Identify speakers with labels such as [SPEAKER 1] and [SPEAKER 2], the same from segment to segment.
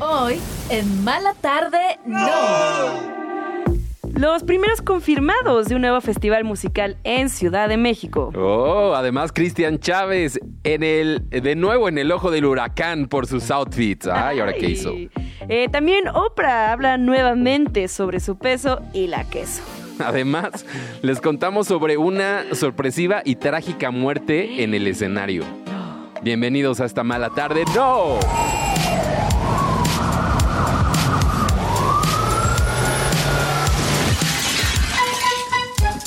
[SPEAKER 1] Hoy, en Mala Tarde, no.
[SPEAKER 2] Los primeros confirmados de un nuevo festival musical en Ciudad de México.
[SPEAKER 3] Oh, además Cristian Chávez en el de nuevo en el ojo del huracán por sus outfits. Ay, ahora qué hizo.
[SPEAKER 2] Ay. Eh, también Oprah habla nuevamente sobre su peso y la queso.
[SPEAKER 3] Además, les contamos sobre una sorpresiva y trágica muerte en el escenario. Bienvenidos a esta mala tarde. No.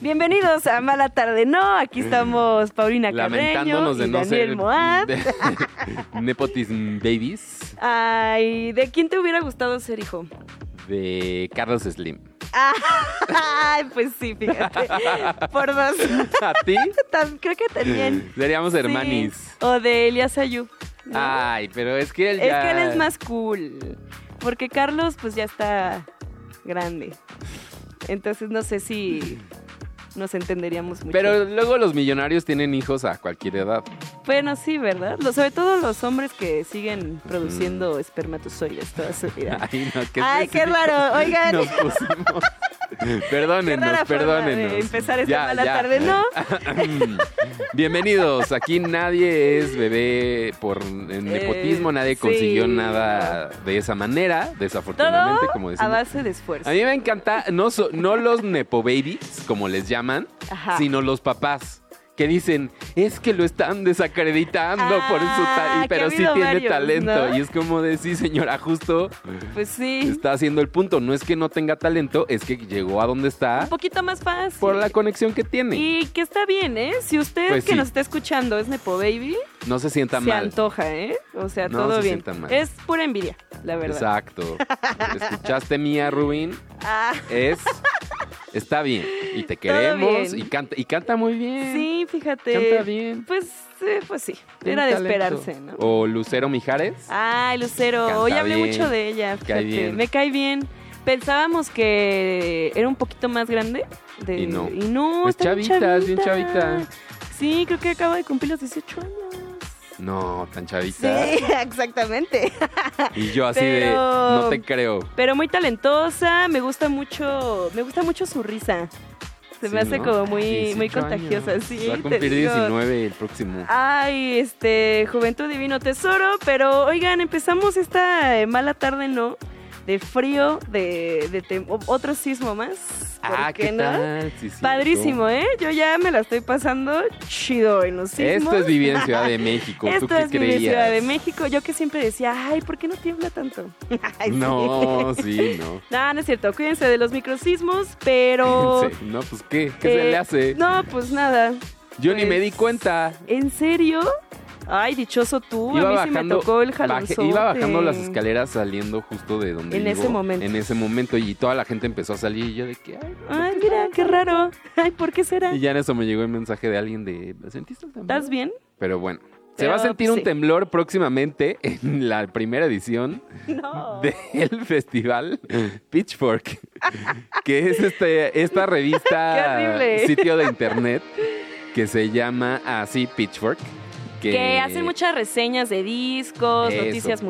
[SPEAKER 2] Bienvenidos a Mala Tarde No. Aquí estamos Paulina Carreño
[SPEAKER 3] Lamentándonos de
[SPEAKER 2] y
[SPEAKER 3] no
[SPEAKER 2] Daniel
[SPEAKER 3] ser
[SPEAKER 2] Moat.
[SPEAKER 3] de- Nepotism Babies
[SPEAKER 2] Ay, ¿de quién te hubiera gustado ser hijo? Ah,
[SPEAKER 3] de Carlos Slim.
[SPEAKER 2] Ay, pues sí, fíjate. Por dos.
[SPEAKER 3] ¿A ti?
[SPEAKER 2] Tan- Creo que también.
[SPEAKER 3] Seríamos
[SPEAKER 2] Sí.
[SPEAKER 3] hermanis.
[SPEAKER 2] O de Elias Ayú. ¿no?
[SPEAKER 3] Ay, pero es que él
[SPEAKER 2] Es
[SPEAKER 3] ya...
[SPEAKER 2] que él es más cool. Porque Carlos, pues ya está grande. Entonces no sé si nos entenderíamos mucho.
[SPEAKER 3] Pero luego los millonarios tienen hijos a cualquier edad.
[SPEAKER 2] bueno, sí, ¿verdad? Lo- sobre todo los hombres que siguen produciendo espermatozoides toda su vida.
[SPEAKER 3] Mm. Ay, no, qué
[SPEAKER 2] Ay, qué
[SPEAKER 3] específicos
[SPEAKER 2] raro. Oigan.
[SPEAKER 3] Nos pusimos.
[SPEAKER 2] Qué
[SPEAKER 3] Perdónenos,
[SPEAKER 2] rara forma
[SPEAKER 3] perdónenos.
[SPEAKER 2] de empezar esta
[SPEAKER 3] Ya,
[SPEAKER 2] mala
[SPEAKER 3] ya.
[SPEAKER 2] tarde, ¿no?
[SPEAKER 3] Bienvenidos. Aquí nadie es bebé por eh, nepotismo, nadie
[SPEAKER 2] sí.
[SPEAKER 3] consiguió nada de esa manera,
[SPEAKER 2] Todo
[SPEAKER 3] desafortunadamente, como
[SPEAKER 2] a
[SPEAKER 3] decimos.
[SPEAKER 2] base de esfuerzo.
[SPEAKER 3] A mí me encanta, no, so- no los nepo babies, como les llaman,
[SPEAKER 2] Ajá.
[SPEAKER 3] sino los papás. Que dicen, es que lo están desacreditando por su
[SPEAKER 2] Ah,
[SPEAKER 3] talento,
[SPEAKER 2] que ha
[SPEAKER 3] pero sí
[SPEAKER 2] habido
[SPEAKER 3] tiene
[SPEAKER 2] varios,
[SPEAKER 3] talento.
[SPEAKER 2] ¿no?
[SPEAKER 3] Y es como de, sí, señora, justo
[SPEAKER 2] Pues sí.
[SPEAKER 3] está haciendo el punto. No es que no tenga talento, es que llegó a donde está
[SPEAKER 2] Un poquito más fácil.
[SPEAKER 3] por la conexión que tiene.
[SPEAKER 2] Pues y que está bien, ¿eh? Si usted
[SPEAKER 3] Pues
[SPEAKER 2] que
[SPEAKER 3] sí.
[SPEAKER 2] nos está escuchando es Nepo Baby,
[SPEAKER 3] No se sienta
[SPEAKER 2] se
[SPEAKER 3] mal.
[SPEAKER 2] antoja, ¿eh? O sea,
[SPEAKER 3] No
[SPEAKER 2] todo
[SPEAKER 3] se
[SPEAKER 2] bien.
[SPEAKER 3] sienta mal.
[SPEAKER 2] Es pura envidia, la verdad.
[SPEAKER 3] Exacto. ¿Escuchaste mía, Rubín?
[SPEAKER 2] Ah,
[SPEAKER 3] Es. Está bien. Y te
[SPEAKER 2] Todo
[SPEAKER 3] queremos.
[SPEAKER 2] bien.
[SPEAKER 3] Y canta, y canta muy bien.
[SPEAKER 2] sí,
[SPEAKER 3] Canta
[SPEAKER 2] fíjate.
[SPEAKER 3] bien.
[SPEAKER 2] Pues, eh, pues sí,
[SPEAKER 3] Tiene
[SPEAKER 2] era de
[SPEAKER 3] talento.
[SPEAKER 2] esperarse, ¿no? Ah.
[SPEAKER 3] O Lucero Mijares.
[SPEAKER 2] Ay, Lucero,
[SPEAKER 3] Oh. Canta
[SPEAKER 2] hoy hablé
[SPEAKER 3] bien,
[SPEAKER 2] mucho de ella.
[SPEAKER 3] cae
[SPEAKER 2] fíjate,
[SPEAKER 3] bien.
[SPEAKER 2] Me cae bien. Pensábamos que era un poquito más grande. de-
[SPEAKER 3] Y no.
[SPEAKER 2] Y no,
[SPEAKER 3] Es
[SPEAKER 2] está bien
[SPEAKER 3] chavita, es bien chavita.
[SPEAKER 2] Sí, creo que acaba de cumplir los 18 años.
[SPEAKER 3] No, tan
[SPEAKER 2] Sí,
[SPEAKER 3] chavita.
[SPEAKER 2] exactamente.
[SPEAKER 3] Y yo así de.
[SPEAKER 2] Pero-
[SPEAKER 3] No te creo.
[SPEAKER 2] Pero muy talentosa, me gusta mucho, me gusta mucho su risa. Se me
[SPEAKER 3] Sí,
[SPEAKER 2] hace
[SPEAKER 3] ¿no?
[SPEAKER 2] como muy,
[SPEAKER 3] 18
[SPEAKER 2] muy contagiosa,
[SPEAKER 3] años.
[SPEAKER 2] sí.
[SPEAKER 3] Va a
[SPEAKER 2] te
[SPEAKER 3] cumplir
[SPEAKER 2] digo. Ah,
[SPEAKER 3] 19 el próximo.
[SPEAKER 2] Ay, este, Juventud Divino Tesoro, pero oigan, empezamos esta eh, mala tarde, ¿no? De frío, de, de tem- o- otro sismo más. ¿por
[SPEAKER 3] ah,
[SPEAKER 2] qué
[SPEAKER 3] qué
[SPEAKER 2] no?
[SPEAKER 3] tal. Sí, cierto.
[SPEAKER 2] Padrísimo, ¿eh? Yo ya me la estoy pasando chido en los sismos.
[SPEAKER 3] Esto es vivir en Ciudad de México. ¿Tú
[SPEAKER 2] Esto
[SPEAKER 3] qué
[SPEAKER 2] es vivir
[SPEAKER 3] creías?
[SPEAKER 2] en Ciudad de México. Yo que siempre decía, ay, ¿por qué no tiembla tanto? Ay, sí.
[SPEAKER 3] No, sí, no.
[SPEAKER 2] No, no es cierto. Cuídense de los microsismos, pero...
[SPEAKER 3] Sí, No, pues qué, qué se
[SPEAKER 2] eh,
[SPEAKER 3] le hace.
[SPEAKER 2] No, pues nada.
[SPEAKER 3] Yo ni me di
[SPEAKER 2] pues,
[SPEAKER 3] cuenta.
[SPEAKER 2] ¿En serio? Ay, dichoso tú. uh, a
[SPEAKER 3] Iba
[SPEAKER 2] mí sí me
[SPEAKER 3] bajando,
[SPEAKER 2] tocó el
[SPEAKER 3] bajé-
[SPEAKER 2] jalonzote.
[SPEAKER 3] iba bajando las escaleras saliendo justo de donde
[SPEAKER 2] En
[SPEAKER 3] vivo,
[SPEAKER 2] ese momento.
[SPEAKER 3] En ese momento y toda la gente empezó a salir y yo de que ay, ¿por
[SPEAKER 2] Ay,
[SPEAKER 3] qué
[SPEAKER 2] mira,
[SPEAKER 3] están
[SPEAKER 2] qué raro. Ay, ¿por qué será?
[SPEAKER 3] tan-? Y ya en eso me llegó el mensaje de alguien de ¿sentiste el temblor?
[SPEAKER 2] ¿Estás bien?
[SPEAKER 3] Pero bueno, se
[SPEAKER 2] Pero,
[SPEAKER 3] va a sentir
[SPEAKER 2] pues,
[SPEAKER 3] un
[SPEAKER 2] sí.
[SPEAKER 3] temblor próximamente en la primera edición
[SPEAKER 2] No.
[SPEAKER 3] del festival Pitchfork, que es este, esta
[SPEAKER 2] Qué
[SPEAKER 3] revista,
[SPEAKER 2] horrible.
[SPEAKER 3] sitio de internet que se llama así Pitchfork. Que,
[SPEAKER 2] Que hacen muchas reseñas de discos,
[SPEAKER 3] Eso.
[SPEAKER 2] noticias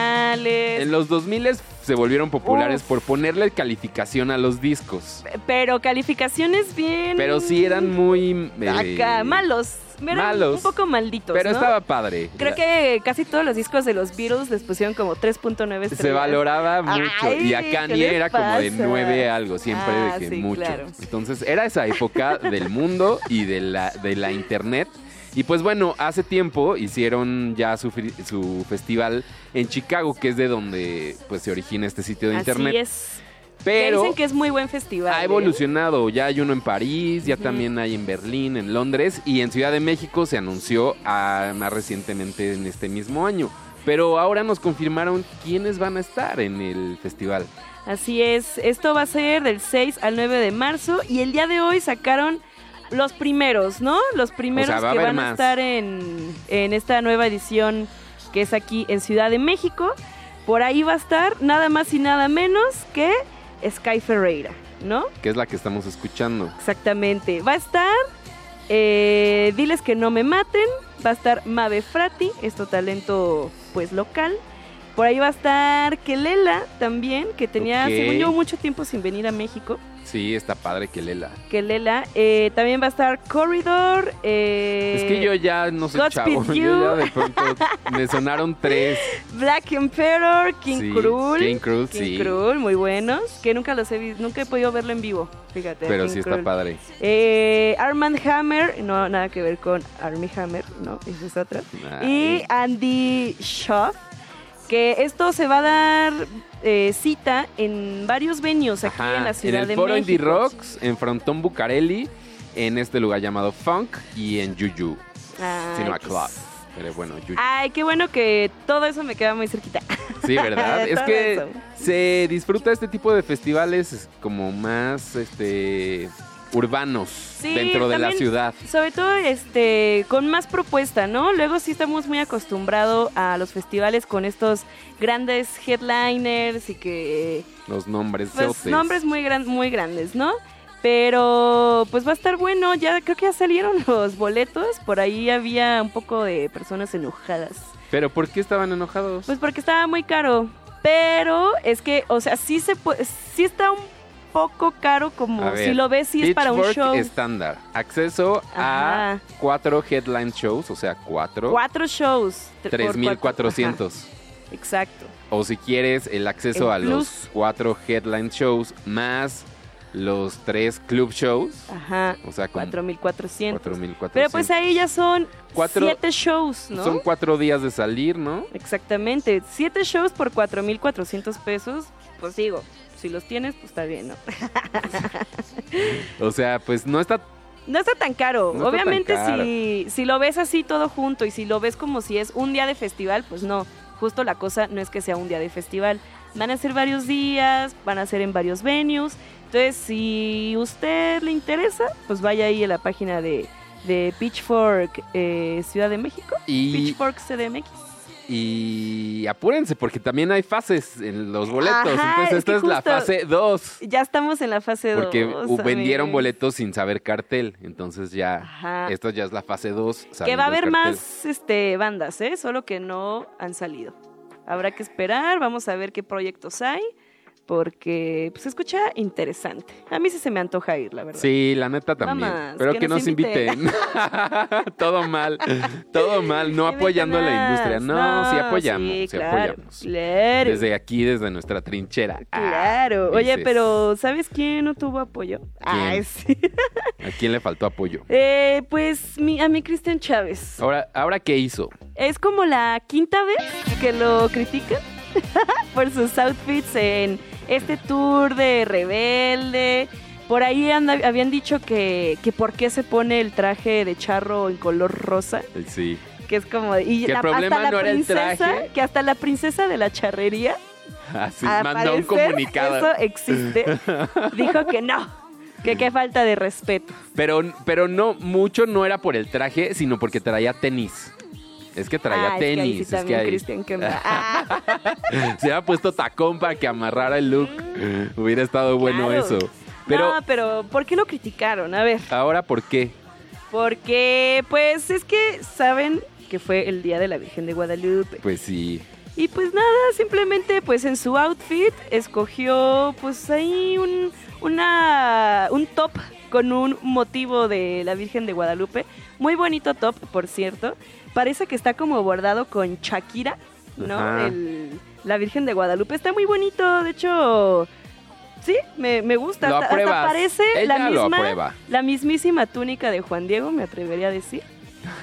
[SPEAKER 2] musicales.
[SPEAKER 3] En los 2000 se volvieron populares
[SPEAKER 2] Uf.
[SPEAKER 3] por ponerle calificación a los discos.
[SPEAKER 2] Pero calificaciones bien.
[SPEAKER 3] Pero sí eran muy... eh,
[SPEAKER 2] Acá, malos. Eran
[SPEAKER 3] malos.
[SPEAKER 2] Un poco malditos.
[SPEAKER 3] Pero
[SPEAKER 2] ¿no?
[SPEAKER 3] estaba padre.
[SPEAKER 2] Creo que casi todos los discos de los Beatles les pusieron como 3.9 estrellas.
[SPEAKER 3] Se valoraba mucho.
[SPEAKER 2] Ay,
[SPEAKER 3] y acá
[SPEAKER 2] ¿qué
[SPEAKER 3] ni
[SPEAKER 2] le
[SPEAKER 3] era como de
[SPEAKER 2] pasa?
[SPEAKER 3] nueve algo, siempre
[SPEAKER 2] Ah,
[SPEAKER 3] de que
[SPEAKER 2] sí,
[SPEAKER 3] mucho.
[SPEAKER 2] claro.
[SPEAKER 3] Entonces era esa época del mundo y de la, de la internet. Y pues bueno, hace tiempo hicieron ya su, fri- su festival en Chicago, que es de donde pues se origina este sitio de internet.
[SPEAKER 2] Así es. Que
[SPEAKER 3] Pero
[SPEAKER 2] dicen que es muy buen festival.
[SPEAKER 3] ha
[SPEAKER 2] ¿eh?
[SPEAKER 3] evolucionado, ya hay uno en París, ya
[SPEAKER 2] Ujú.
[SPEAKER 3] también hay en Berlín, en Londres y en Ciudad de México se anunció ah, más recientemente en este mismo año. Pero ahora nos confirmaron quiénes van a estar en el festival.
[SPEAKER 2] Así es. Esto va a ser del 6 al 9 de marzo y el día de hoy sacaron los primeros, ¿no? Los primeros
[SPEAKER 3] O sea, va a
[SPEAKER 2] que
[SPEAKER 3] haber
[SPEAKER 2] van
[SPEAKER 3] más.
[SPEAKER 2] a estar en, en esta nueva edición que es aquí en Ciudad de México. Por ahí va a estar nada más y nada menos que Sky Ferreira, ¿no?
[SPEAKER 3] que es la que estamos escuchando.
[SPEAKER 2] Exactamente. Va a estar eh, Diles que no me maten. Va a estar Mabe Frati, esto talento pues local. Por ahí va a estar Kelela también, que tenía,
[SPEAKER 3] Ok.
[SPEAKER 2] según yo, mucho tiempo sin venir a México.
[SPEAKER 3] Sí, está padre que Lela.
[SPEAKER 2] Kelela. Eh, también va a estar Corridor. eh,
[SPEAKER 3] es que yo ya no soy
[SPEAKER 2] Godspeed
[SPEAKER 3] chavo. Yo
[SPEAKER 2] You.
[SPEAKER 3] ya de pronto me sonaron tres.
[SPEAKER 2] Black Emperor, King
[SPEAKER 3] Sí,
[SPEAKER 2] Krul.
[SPEAKER 3] King Krul,
[SPEAKER 2] King
[SPEAKER 3] sí.
[SPEAKER 2] Krul, muy buenos. Que nunca los he visto, nunca he podido verlo en vivo. Fíjate. a
[SPEAKER 3] Pero
[SPEAKER 2] King
[SPEAKER 3] sí está
[SPEAKER 2] Krul.
[SPEAKER 3] padre.
[SPEAKER 2] Eh, Armand Hammer, no, nada que ver con Army Hammer, no, esa es otra.
[SPEAKER 3] Ah,
[SPEAKER 2] Y Andy Shaw, que esto se va a dar eh, cita en varios venues aquí
[SPEAKER 3] Ajá,
[SPEAKER 2] en la Ciudad
[SPEAKER 3] el
[SPEAKER 2] de
[SPEAKER 3] foro
[SPEAKER 2] México.
[SPEAKER 3] Indie Rocks, en Frontón Bucareli, en este lugar llamado Funk y en Juju
[SPEAKER 2] Ay,
[SPEAKER 3] Cinema
[SPEAKER 2] qué-
[SPEAKER 3] Club. Pero bueno, Juju.
[SPEAKER 2] Ay, qué bueno que todo eso me queda muy cerquita.
[SPEAKER 3] Sí, ¿verdad? es
[SPEAKER 2] todo
[SPEAKER 3] que
[SPEAKER 2] eso.
[SPEAKER 3] se disfruta este tipo de festivales como más este urbanos
[SPEAKER 2] Sí,
[SPEAKER 3] dentro de la
[SPEAKER 2] también-
[SPEAKER 3] ciudad.
[SPEAKER 2] Sobre todo este con más propuesta, ¿no? Luego sí estamos muy acostumbrados a los festivales con estos grandes headliners y que
[SPEAKER 3] Los nombres
[SPEAKER 2] pues,
[SPEAKER 3] sotes.
[SPEAKER 2] nombres muy, gran- muy grandes, ¿no? Pero pues va a estar bueno, ya creo que ya salieron los boletos, por ahí había un poco de personas enojadas.
[SPEAKER 3] Pero ¿por qué estaban enojados?
[SPEAKER 2] Pues porque estaba muy caro, pero es que, o sea, sí se pu- sí está un poco caro como
[SPEAKER 3] A ver,
[SPEAKER 2] si lo ves sí es para un
[SPEAKER 3] Pitchfork
[SPEAKER 2] show.
[SPEAKER 3] estándar. Acceso a
[SPEAKER 2] Ajá.
[SPEAKER 3] cuatro headline shows, o sea, cuatro.
[SPEAKER 2] Cuatro shows. tre- por cuatro-
[SPEAKER 3] 3.400.
[SPEAKER 2] ajá, Exacto.
[SPEAKER 3] O si quieres el acceso
[SPEAKER 2] El
[SPEAKER 3] a los
[SPEAKER 2] plus.
[SPEAKER 3] cuatro headline shows más los tres club shows.
[SPEAKER 2] Ajá.
[SPEAKER 3] O sea, con
[SPEAKER 2] 4.400.
[SPEAKER 3] 4.400.
[SPEAKER 2] Pero pues ahí ya son
[SPEAKER 3] Cuatro-
[SPEAKER 2] siete shows, ¿no?
[SPEAKER 3] Son cuatro días de salir, ¿no?
[SPEAKER 2] Exactamente. Siete shows por 4.400 pesos, pues digo, si los tienes, pues está bien, ¿no?
[SPEAKER 3] O sea, pues no está...
[SPEAKER 2] No está tan caro.
[SPEAKER 3] No está tan
[SPEAKER 2] Obviamente
[SPEAKER 3] caro.
[SPEAKER 2] Si, si lo ves así todo junto y si lo ves como si es un día de festival, pues no. Justo la cosa no es que sea un día de festival. Van a ser varios días, van a ser en varios venues. Entonces, si usted le interesa, pues vaya ahí a la página de, de Pitchfork eh, Ciudad de México.
[SPEAKER 3] Y,
[SPEAKER 2] Pitchfork CDMX.
[SPEAKER 3] y apúrense porque también hay fases en los boletos.
[SPEAKER 2] Ajá,
[SPEAKER 3] Entonces
[SPEAKER 2] es
[SPEAKER 3] esta
[SPEAKER 2] que
[SPEAKER 3] es la
[SPEAKER 2] justo-
[SPEAKER 3] fase 2.
[SPEAKER 2] Ya estamos en la fase 2.
[SPEAKER 3] Porque vendieron boletos sin saber cartel. Entonces ya...
[SPEAKER 2] Ajá.
[SPEAKER 3] Esto ya es la fase 2.
[SPEAKER 2] Que va a haber más este, bandas, ¿eh? solo que no han salido. Habrá que esperar, vamos a ver qué proyectos hay, porque pues, se escucha interesante. A mí sí se me antoja ir, la verdad.
[SPEAKER 3] Sí, la neta también.
[SPEAKER 2] Mamás,
[SPEAKER 3] Pero que,
[SPEAKER 2] que
[SPEAKER 3] nos,
[SPEAKER 2] nos
[SPEAKER 3] inviten.
[SPEAKER 2] inviten.
[SPEAKER 3] todo mal, todo mal, no
[SPEAKER 2] Invítanos.
[SPEAKER 3] apoyando a la industria. No, sí apoyamos, sí,
[SPEAKER 2] sí, claro,
[SPEAKER 3] apoyamos.
[SPEAKER 2] Claro.
[SPEAKER 3] Desde aquí, desde nuestra trinchera. Ah,
[SPEAKER 2] Claro. Oye,
[SPEAKER 3] dices,
[SPEAKER 2] pero ¿sabes quién no tuvo apoyo? Ay, sí.
[SPEAKER 3] ¿A quién le faltó apoyo?
[SPEAKER 2] Eh, pues mi, a mí Cristian Chávez.
[SPEAKER 3] Ahora, ¿ahora qué hizo?
[SPEAKER 2] Es como la quinta vez que lo critican por sus outfits en este tour de rebelde. Por ahí anda- habían dicho que, que por qué se pone el traje de charro en color rosa,
[SPEAKER 3] El Sí.
[SPEAKER 2] que es como... Y
[SPEAKER 3] Que el
[SPEAKER 2] la-
[SPEAKER 3] problema
[SPEAKER 2] hasta la
[SPEAKER 3] no era el
[SPEAKER 2] princesa,
[SPEAKER 3] traje.
[SPEAKER 2] Que hasta la princesa de la charrería
[SPEAKER 3] Así
[SPEAKER 2] al
[SPEAKER 3] mandó un
[SPEAKER 2] parecer,
[SPEAKER 3] comunicado.
[SPEAKER 2] Eso existe. Dijo que no, que qué falta de respeto.
[SPEAKER 3] Pero, pero no, mucho no era por el traje, sino porque traía tenis. Es que traía
[SPEAKER 2] Ah, es que ahí
[SPEAKER 3] tenis.
[SPEAKER 2] sí
[SPEAKER 3] es que
[SPEAKER 2] también
[SPEAKER 3] ahí-
[SPEAKER 2] Cristian quema. Ah,
[SPEAKER 3] Se había puesto tacón para que amarrara el look. Hubiera estado bueno
[SPEAKER 2] Mm. Claro.
[SPEAKER 3] eso. Pero
[SPEAKER 2] No, pero ¿por qué lo criticaron? A ver.
[SPEAKER 3] ahora, ¿por qué?
[SPEAKER 2] Porque, pues, es que saben que fue el día de la Virgen de Guadalupe.
[SPEAKER 3] Pues sí.
[SPEAKER 2] Y pues nada, simplemente, pues, en su outfit escogió, pues, ahí un, una, un top con un motivo de la Virgen de Guadalupe. Muy bonito top, por cierto. Parece que está como bordado con Shakira, ¿no?
[SPEAKER 3] Ajá.
[SPEAKER 2] El- la Virgen de Guadalupe. Está muy bonito, de hecho... Sí, me, me gusta.
[SPEAKER 3] Lo
[SPEAKER 2] Hasta- hasta
[SPEAKER 3] apruebas.
[SPEAKER 2] parece
[SPEAKER 3] Ella
[SPEAKER 2] la
[SPEAKER 3] lo
[SPEAKER 2] misma
[SPEAKER 3] aprueba.
[SPEAKER 2] la mismísima túnica de Juan Diego, me atrevería a decir.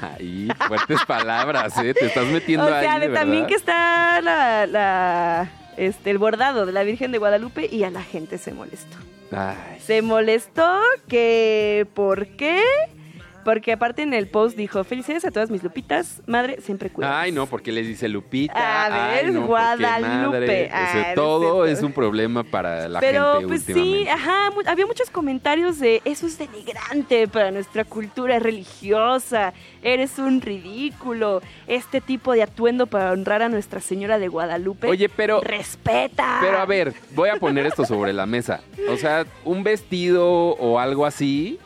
[SPEAKER 3] Ahí, fuertes palabras, ¿eh? Te estás metiendo
[SPEAKER 2] o
[SPEAKER 3] ahí,
[SPEAKER 2] sea, de
[SPEAKER 3] de
[SPEAKER 2] también
[SPEAKER 3] verdad.
[SPEAKER 2] que está la, la- este, el bordado de la Virgen de Guadalupe y a la gente se molestó.
[SPEAKER 3] Ay,
[SPEAKER 2] Se molestó que, ¿por qué? Porque aparte en el post dijo, felicidades a todas mis Lupitas, madre, siempre cuida.
[SPEAKER 3] Ay, no, pues, porque les dice Lupita.
[SPEAKER 2] A ver,
[SPEAKER 3] ay, no, porque
[SPEAKER 2] Ah, Guadalupe.
[SPEAKER 3] madre,
[SPEAKER 2] Ah,
[SPEAKER 3] ese
[SPEAKER 2] no es
[SPEAKER 3] todo
[SPEAKER 2] cierto.
[SPEAKER 3] es un problema para la
[SPEAKER 2] Pero
[SPEAKER 3] gente
[SPEAKER 2] pues sí,
[SPEAKER 3] últimamente.
[SPEAKER 2] ajá, mu- había muchos comentarios de eso es denigrante para nuestra cultura religiosa, eres un ridículo, este tipo de atuendo para honrar a Nuestra Señora de Guadalupe.
[SPEAKER 3] Oye, pero
[SPEAKER 2] respeta.
[SPEAKER 3] Pero a ver, voy a poner esto sobre la mesa. O sea, un vestido o algo así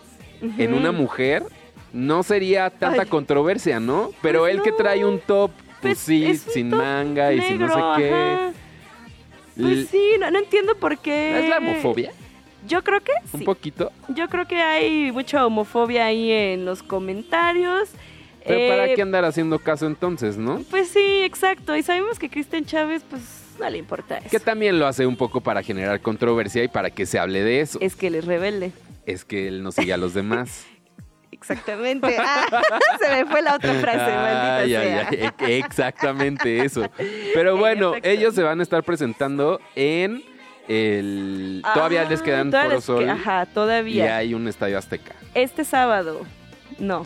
[SPEAKER 2] Ujú.
[SPEAKER 3] en una mujer no sería tanta
[SPEAKER 2] Ay.
[SPEAKER 3] controversia, ¿no? Pero
[SPEAKER 2] Pues
[SPEAKER 3] él que
[SPEAKER 2] no.
[SPEAKER 3] trae un top, pues
[SPEAKER 2] Pues
[SPEAKER 3] sí,
[SPEAKER 2] es un
[SPEAKER 3] sin
[SPEAKER 2] top
[SPEAKER 3] manga y sin no sé
[SPEAKER 2] Negro,
[SPEAKER 3] qué.
[SPEAKER 2] ajá.
[SPEAKER 3] L-
[SPEAKER 2] Pues sí, no, no entiendo por qué.
[SPEAKER 3] ¿Es la homofobia?
[SPEAKER 2] Yo creo que
[SPEAKER 3] Un
[SPEAKER 2] sí.
[SPEAKER 3] poquito.
[SPEAKER 2] Yo creo que hay mucha homofobia ahí en los comentarios.
[SPEAKER 3] Pero
[SPEAKER 2] Eh,
[SPEAKER 3] ¿para qué andar haciendo caso entonces, no?
[SPEAKER 2] Pues sí, exacto. Y sabemos que Cristian Chávez, pues no le importa eso.
[SPEAKER 3] Que también lo hace un poco para generar controversia y para que se hable de eso.
[SPEAKER 2] Es que les rebelde.
[SPEAKER 3] Es que él no sigue a los demás.
[SPEAKER 2] Exactamente. Ah, se me fue la otra frase, maldita
[SPEAKER 3] Ay, ay,
[SPEAKER 2] sea.
[SPEAKER 3] ay, e- exactamente eso. Pero
[SPEAKER 2] En
[SPEAKER 3] bueno,
[SPEAKER 2] efecto.
[SPEAKER 3] ellos se van a estar presentando en el... todavía
[SPEAKER 2] Ah,
[SPEAKER 3] les quedan
[SPEAKER 2] todavía
[SPEAKER 3] Foro
[SPEAKER 2] les que-
[SPEAKER 3] Sol
[SPEAKER 2] Ajá,
[SPEAKER 3] y
[SPEAKER 2] todavía.
[SPEAKER 3] hay un Estadio Azteca.
[SPEAKER 2] Este sábado. No.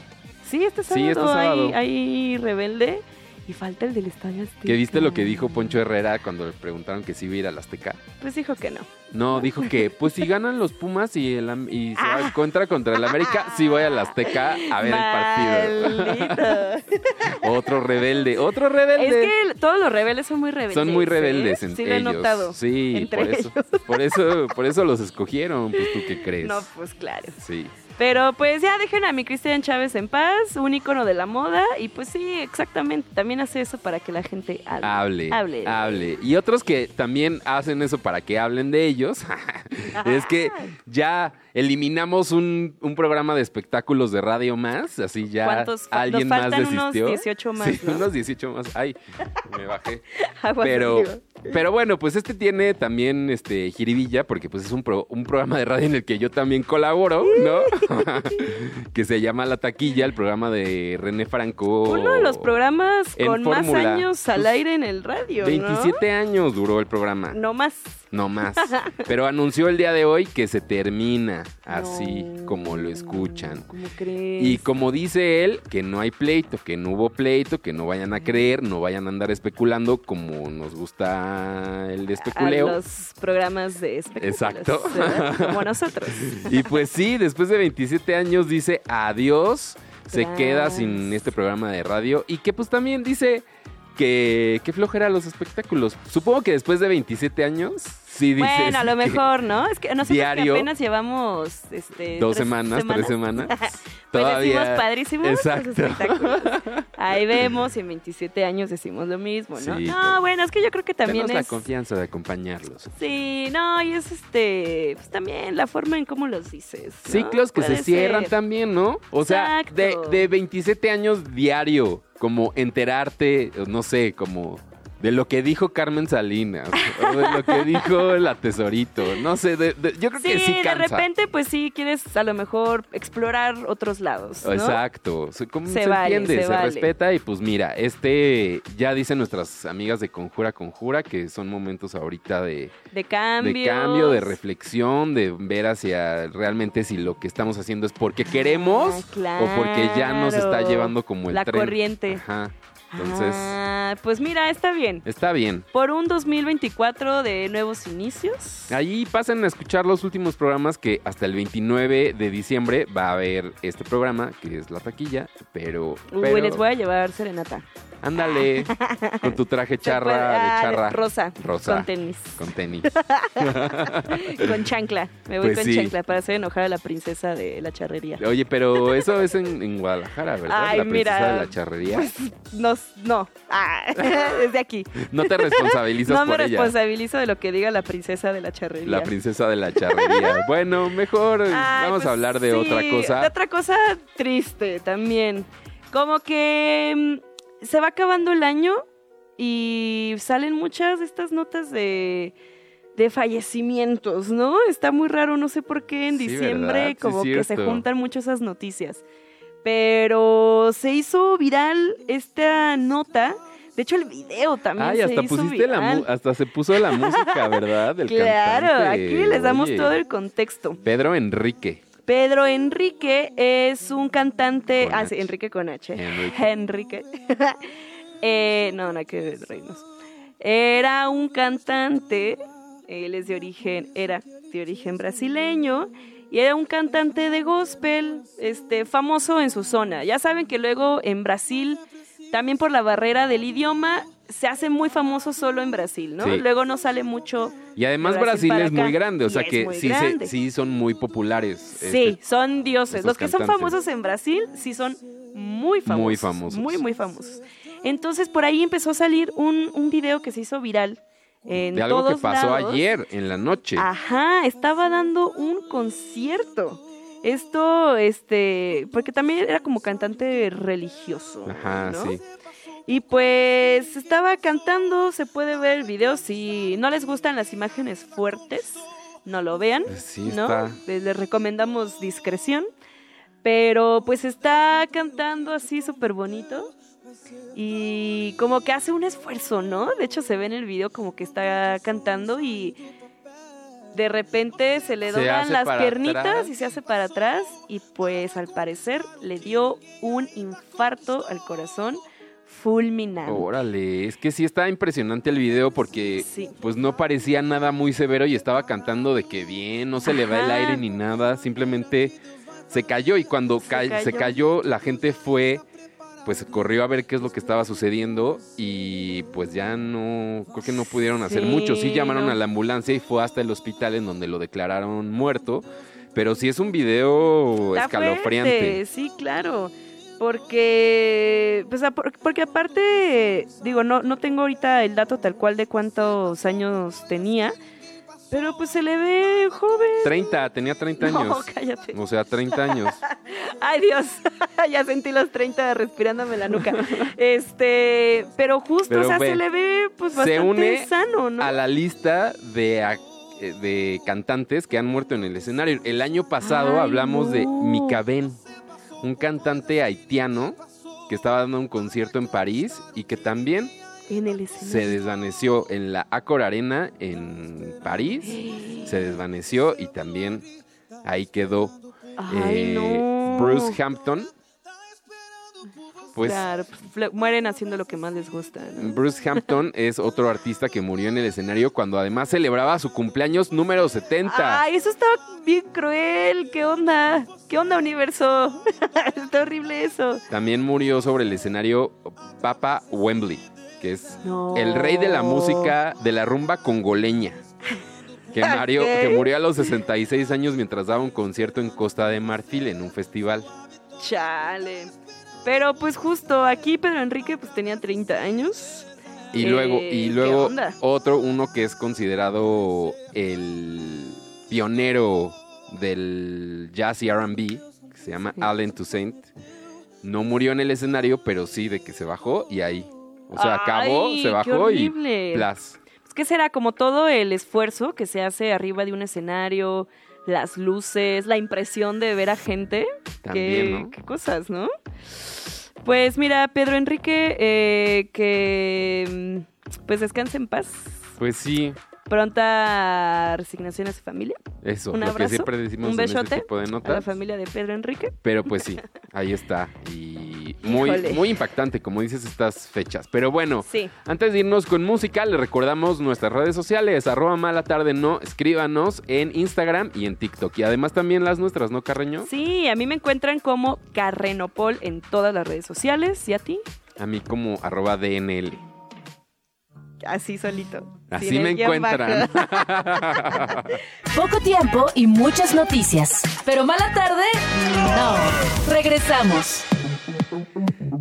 [SPEAKER 2] Sí, este sábado,
[SPEAKER 3] Sí, este sábado.
[SPEAKER 2] Hay, hay rebelde. Y falta el del Estadio Azteca.
[SPEAKER 3] ¿Qué viste lo que dijo Poncho Herrera cuando le preguntaron que si iba a ir al Azteca?
[SPEAKER 2] Pues dijo que no.
[SPEAKER 3] No, dijo que pues si ganan los Pumas y, el, Am- y se
[SPEAKER 2] Ah.
[SPEAKER 3] va contra contra el América, sí voy al Azteca a ver el
[SPEAKER 2] Maldito.
[SPEAKER 3] partido. Otro rebelde, otro rebelde.
[SPEAKER 2] Es que el- todos los rebeldes son muy rebeldes.
[SPEAKER 3] Son muy
[SPEAKER 2] ¿eh?
[SPEAKER 3] rebeldes en-
[SPEAKER 2] Sí, lo he
[SPEAKER 3] ellos.
[SPEAKER 2] notado.
[SPEAKER 3] Sí,
[SPEAKER 2] Entre
[SPEAKER 3] por eso. Por eso, por eso los escogieron, pues tú qué crees.
[SPEAKER 2] No, pues claro.
[SPEAKER 3] Sí.
[SPEAKER 2] Pero pues ya dejen a mi Cristian Chávez en paz, un ícono de la moda. Y pues sí, exactamente. También hace eso para que la gente hable.
[SPEAKER 3] Hable, hable.
[SPEAKER 2] Hable.
[SPEAKER 3] Y otros que también hacen eso para que hablen de ellos. es que ya eliminamos un, un programa de espectáculos de radio más. Así ya
[SPEAKER 2] ¿Cuántos fa-
[SPEAKER 3] alguien
[SPEAKER 2] nos
[SPEAKER 3] más
[SPEAKER 2] faltan unos
[SPEAKER 3] desistió.
[SPEAKER 2] 18 más,
[SPEAKER 3] Sí,
[SPEAKER 2] ¿no?
[SPEAKER 3] unos 18 más. Ay, me bajé.
[SPEAKER 2] Aguas
[SPEAKER 3] Pero,
[SPEAKER 2] arriba.
[SPEAKER 3] pero bueno, pues este tiene también este jiribilla, porque pues es un, pro- un programa de radio en el que yo también colaboro, ¿no? que se llama La Taquilla, el programa de René Franco.
[SPEAKER 2] Uno de los programas
[SPEAKER 3] Oh,
[SPEAKER 2] con
[SPEAKER 3] En
[SPEAKER 2] más
[SPEAKER 3] fórmula,
[SPEAKER 2] años al
[SPEAKER 3] pues,
[SPEAKER 2] aire en el radio.
[SPEAKER 3] 27 años duró el programa.
[SPEAKER 2] ¿no? no más.
[SPEAKER 3] No más. Pero anunció el día de hoy que se termina, así
[SPEAKER 2] No.
[SPEAKER 3] como lo escuchan.
[SPEAKER 2] ¿Cómo crees?
[SPEAKER 3] Y como dice él, que no hay pleito, que no hubo pleito, que no vayan a creer, no vayan a andar especulando como nos gusta el de especuleo.
[SPEAKER 2] A los programas de espectáculos.
[SPEAKER 3] Exacto.
[SPEAKER 2] ¿verdad? Como nosotros.
[SPEAKER 3] Y pues sí, después de 27 años dice adiós, se
[SPEAKER 2] Tras.
[SPEAKER 3] queda sin este programa de radio y que pues también dice que qué flojera los espectáculos. Supongo que después de 27 años sí dice
[SPEAKER 2] bueno, a lo mejor, ¿no? Es que nosotros
[SPEAKER 3] diario,
[SPEAKER 2] que apenas llevamos este,
[SPEAKER 3] dos
[SPEAKER 2] tres
[SPEAKER 3] semanas, tres semanas.
[SPEAKER 2] Pues
[SPEAKER 3] todavía
[SPEAKER 2] decimos padrísimos los
[SPEAKER 3] Exacto.
[SPEAKER 2] espectáculos. Ahí vemos, y en 27 años decimos lo mismo, ¿no?
[SPEAKER 3] Sí,
[SPEAKER 2] no,
[SPEAKER 3] pero-
[SPEAKER 2] bueno, es que yo creo que también
[SPEAKER 3] Tenemos la
[SPEAKER 2] es...
[SPEAKER 3] confianza de acompañarlos.
[SPEAKER 2] Sí, no, y es este, pues también la forma en cómo los dices. ¿no?
[SPEAKER 3] Ciclos que
[SPEAKER 2] Puede
[SPEAKER 3] se cierran
[SPEAKER 2] ser.
[SPEAKER 3] también, ¿no? O sea, de,
[SPEAKER 2] Exacto.
[SPEAKER 3] de 27 años diario, como enterarte, no sé, como de lo que dijo Carmen Salinas, o de lo que dijo la tesorito, no sé, de- de- yo creo
[SPEAKER 2] Sí,
[SPEAKER 3] que sí
[SPEAKER 2] de
[SPEAKER 3] cansa.
[SPEAKER 2] repente, pues sí, quieres a lo mejor explorar otros lados, ¿no?
[SPEAKER 3] Exacto, se, como
[SPEAKER 2] Se
[SPEAKER 3] se
[SPEAKER 2] vale,
[SPEAKER 3] entiende,
[SPEAKER 2] se
[SPEAKER 3] se
[SPEAKER 2] vale.
[SPEAKER 3] respeta y pues mira, este ya dicen nuestras amigas de Conjura Conjura que son momentos ahorita de,
[SPEAKER 2] De cambio.
[SPEAKER 3] de cambio, de reflexión, de ver hacia realmente si lo que estamos haciendo es porque queremos o porque ya nos está llevando como el
[SPEAKER 2] La
[SPEAKER 3] tren.
[SPEAKER 2] corriente.
[SPEAKER 3] Ajá. Entonces,
[SPEAKER 2] Ah, pues mira, está bien.
[SPEAKER 3] está bien.
[SPEAKER 2] Por un 2024 de nuevos inicios.
[SPEAKER 3] Allí pasen a escuchar los últimos programas que hasta el 29 de diciembre va a haber este programa, que es La Taquilla, pero...
[SPEAKER 2] Uy,
[SPEAKER 3] pero-
[SPEAKER 2] les voy a llevar serenata.
[SPEAKER 3] Ándale, con tu traje charra,
[SPEAKER 2] Se puede- ah,
[SPEAKER 3] de charra.
[SPEAKER 2] Rosa.
[SPEAKER 3] Rosa.
[SPEAKER 2] Con tenis.
[SPEAKER 3] Con tenis.
[SPEAKER 2] Con chancla. Me voy
[SPEAKER 3] Pues
[SPEAKER 2] con
[SPEAKER 3] sí.
[SPEAKER 2] chancla para hacer enojar a la princesa de la charrería.
[SPEAKER 3] Oye, pero eso es en, en Guadalajara, ¿verdad?
[SPEAKER 2] Ay,
[SPEAKER 3] la princesa
[SPEAKER 2] mira, Pues
[SPEAKER 3] de la charrería.
[SPEAKER 2] No, no. Ah, desde aquí.
[SPEAKER 3] no te responsabilizas
[SPEAKER 2] No me
[SPEAKER 3] por ella.
[SPEAKER 2] responsabilizo de lo que diga la princesa de la charrería.
[SPEAKER 3] La princesa de la charrería. bueno, mejor eh,
[SPEAKER 2] Ay,
[SPEAKER 3] vamos
[SPEAKER 2] pues
[SPEAKER 3] a hablar de
[SPEAKER 2] sí,
[SPEAKER 3] otra
[SPEAKER 2] De
[SPEAKER 3] cosa.
[SPEAKER 2] otra cosa triste también. Como que mm, se va acabando el año y salen muchas de estas notas de, de fallecimientos, ¿no? Está muy raro, no sé por qué en
[SPEAKER 3] Sí,
[SPEAKER 2] diciembre
[SPEAKER 3] ¿verdad? Sí,
[SPEAKER 2] como que se
[SPEAKER 3] cierto.
[SPEAKER 2] juntan mucho esas noticias. Pero se hizo viral esta nota. De hecho, el video también
[SPEAKER 3] Ay,
[SPEAKER 2] se
[SPEAKER 3] hasta
[SPEAKER 2] hizo
[SPEAKER 3] pusiste la
[SPEAKER 2] viral.
[SPEAKER 3] mu- hasta se puso la música, ¿verdad? Del
[SPEAKER 2] Claro,
[SPEAKER 3] cantante.
[SPEAKER 2] aquí les damos
[SPEAKER 3] Oye,
[SPEAKER 2] todo el contexto.
[SPEAKER 3] Pedro Enrique.
[SPEAKER 2] Pedro Enrique es un cantante.
[SPEAKER 3] Con
[SPEAKER 2] ah,
[SPEAKER 3] H.
[SPEAKER 2] sí, Enrique con H.
[SPEAKER 3] Enrique.
[SPEAKER 2] Enrique. Eh, no, no hay que reírnos. Era un cantante. Él es de origen. Era de origen brasileño. Y era un cantante de gospel, este, famoso en su zona. Ya saben que luego en Brasil, también por la barrera del idioma, se hace muy famoso solo en Brasil, ¿no?
[SPEAKER 3] Sí.
[SPEAKER 2] Luego no sale mucho.
[SPEAKER 3] Y además
[SPEAKER 2] de Brasil
[SPEAKER 3] Brasil,
[SPEAKER 2] para
[SPEAKER 3] es muy
[SPEAKER 2] acá.
[SPEAKER 3] grande, o
[SPEAKER 2] Y
[SPEAKER 3] sea
[SPEAKER 2] es
[SPEAKER 3] que
[SPEAKER 2] muy
[SPEAKER 3] sí, se-
[SPEAKER 2] grande.
[SPEAKER 3] sí son muy populares.
[SPEAKER 2] Sí,
[SPEAKER 3] este,
[SPEAKER 2] son dioses.
[SPEAKER 3] esos
[SPEAKER 2] Los que son
[SPEAKER 3] cantantes.
[SPEAKER 2] famosos en Brasil sí son muy famosos.
[SPEAKER 3] Muy famosos.
[SPEAKER 2] Muy, muy famosos. Entonces por ahí empezó a salir un, un video que se hizo viral en
[SPEAKER 3] de algo que
[SPEAKER 2] todos
[SPEAKER 3] pasó
[SPEAKER 2] lados. Ah,
[SPEAKER 3] ayer en la noche.
[SPEAKER 2] Ajá, estaba dando un concierto. Esto, este, porque también era como cantante religioso.
[SPEAKER 3] Ajá,
[SPEAKER 2] ¿no?
[SPEAKER 3] sí.
[SPEAKER 2] Y pues estaba cantando, se puede ver el video. Si no les gustan las imágenes fuertes, no lo vean.
[SPEAKER 3] Sí,
[SPEAKER 2] ¿no?
[SPEAKER 3] está.
[SPEAKER 2] Les, les recomendamos discreción. Pero pues está cantando así súper bonito. Y como que hace un esfuerzo, ¿no? De hecho se ve en el video como que está cantando y de repente se le
[SPEAKER 3] Se
[SPEAKER 2] doblan
[SPEAKER 3] hace
[SPEAKER 2] las
[SPEAKER 3] para
[SPEAKER 2] piernitas
[SPEAKER 3] atrás.
[SPEAKER 2] y se hace para atrás. Y pues al parecer le dio un infarto al corazón fulminante.
[SPEAKER 3] Órale, es que sí está impresionante el video porque
[SPEAKER 2] Sí.
[SPEAKER 3] pues no parecía nada muy severo y estaba cantando de que bien, no se le va el
[SPEAKER 2] Ajá.
[SPEAKER 3] aire ni nada, simplemente se cayó y cuando
[SPEAKER 2] Se
[SPEAKER 3] ca- se, cayó.
[SPEAKER 2] cayó.
[SPEAKER 3] la gente fue, pues corrió a ver qué es lo que estaba sucediendo y pues ya no, creo que no pudieron hacer
[SPEAKER 2] Sí,
[SPEAKER 3] mucho, sí llamaron
[SPEAKER 2] no.
[SPEAKER 3] a la ambulancia y fue hasta el hospital en donde lo declararon muerto, pero sí es un video
[SPEAKER 2] Está
[SPEAKER 3] escalofriante.
[SPEAKER 2] fuerte, sí, claro. Porque, pues, apor- porque aparte, digo, no, no tengo ahorita el dato tal cual de cuántos años tenía, pero pues se le ve joven.
[SPEAKER 3] 30, tenía 30
[SPEAKER 2] No,
[SPEAKER 3] años.
[SPEAKER 2] cállate.
[SPEAKER 3] O sea, 30 años.
[SPEAKER 2] Ay, Dios, ya sentí los 30 respirándome la nuca. Este, pero justo,
[SPEAKER 3] Pero
[SPEAKER 2] o sea,
[SPEAKER 3] ve,
[SPEAKER 2] se le ve pues
[SPEAKER 3] se
[SPEAKER 2] bastante
[SPEAKER 3] une
[SPEAKER 2] sano, ¿no?
[SPEAKER 3] a la lista de, ac- eh, de cantantes que han muerto en el escenario. El año pasado
[SPEAKER 2] Ay,
[SPEAKER 3] hablamos de
[SPEAKER 2] no.
[SPEAKER 3] Micaben, un cantante haitiano que estaba dando un concierto en París y que también
[SPEAKER 2] En el
[SPEAKER 3] se
[SPEAKER 2] escenario.
[SPEAKER 3] desvaneció en la Accor Arena en París. Se desvaneció y también ahí quedó
[SPEAKER 2] Ay,
[SPEAKER 3] eh,
[SPEAKER 2] no.
[SPEAKER 3] Bruce Hampton. Pues
[SPEAKER 2] Claro, pues, mueren haciendo lo que más les gusta, ¿no?
[SPEAKER 3] Bruce Hampton es otro artista que murió en el escenario cuando además celebraba su cumpleaños número 70.
[SPEAKER 2] Ay, eso está bien cruel. ¿Qué onda? ¿Qué onda, universo? está horrible eso.
[SPEAKER 3] También murió sobre el escenario Papa Wembley, que es
[SPEAKER 2] No.
[SPEAKER 3] el rey de la
[SPEAKER 2] Oh.
[SPEAKER 3] música de la rumba congoleña. Que, Mario,
[SPEAKER 2] Ok.
[SPEAKER 3] que murió a los 66 años mientras daba un concierto en Costa de Marfil en un festival.
[SPEAKER 2] Chale. Pero pues justo aquí Pedro Enrique pues tenía 30 años.
[SPEAKER 3] Y
[SPEAKER 2] Eh,
[SPEAKER 3] luego, y
[SPEAKER 2] ¿qué
[SPEAKER 3] luego
[SPEAKER 2] onda?
[SPEAKER 3] otro, uno que es considerado el pionero del jazz y RB, que se llama
[SPEAKER 2] Sí.
[SPEAKER 3] Allen Toussaint. No murió en el escenario, pero sí de que se bajó y ahí. O sea, acabó,
[SPEAKER 2] Ay,
[SPEAKER 3] se
[SPEAKER 2] qué
[SPEAKER 3] bajó y
[SPEAKER 2] horrible.
[SPEAKER 3] plas.
[SPEAKER 2] Es que será como todo el esfuerzo que se hace arriba de un escenario, las luces, la impresión de ver a gente.
[SPEAKER 3] También,
[SPEAKER 2] qué,
[SPEAKER 3] ¿no?
[SPEAKER 2] qué cosas, ¿no? Pues mira, Pedro Enrique, eh, que mm, pues descanse en paz.
[SPEAKER 3] Pues sí,
[SPEAKER 2] Pronta resignación a su familia,
[SPEAKER 3] eso.
[SPEAKER 2] Un
[SPEAKER 3] lo que
[SPEAKER 2] abrazo,
[SPEAKER 3] siempre decimos
[SPEAKER 2] un
[SPEAKER 3] en este
[SPEAKER 2] besote
[SPEAKER 3] tipo de
[SPEAKER 2] a la
[SPEAKER 3] notas.
[SPEAKER 2] familia de Pedro Enrique.
[SPEAKER 3] Pero pues sí, ahí está. Y muy,
[SPEAKER 2] Híjole.
[SPEAKER 3] muy impactante, como dices, estas fechas. Pero bueno,
[SPEAKER 2] Sí.
[SPEAKER 3] Antes de irnos con música, le recordamos nuestras redes sociales, arroba mala tarde no, escríbanos en Instagram y en TikTok. Y además también las nuestras, ¿no, Carreño?
[SPEAKER 2] Sí, a mí me encuentran como Carrenopol en todas las redes sociales. ¿Y a ti?
[SPEAKER 3] A mí como arroba DNL.
[SPEAKER 2] Así solito.
[SPEAKER 3] Así
[SPEAKER 2] sin
[SPEAKER 3] me
[SPEAKER 2] el guión bajo.
[SPEAKER 3] encuentran.
[SPEAKER 1] Poco tiempo y muchas noticias. Pero mala tarde, no. Regresamos.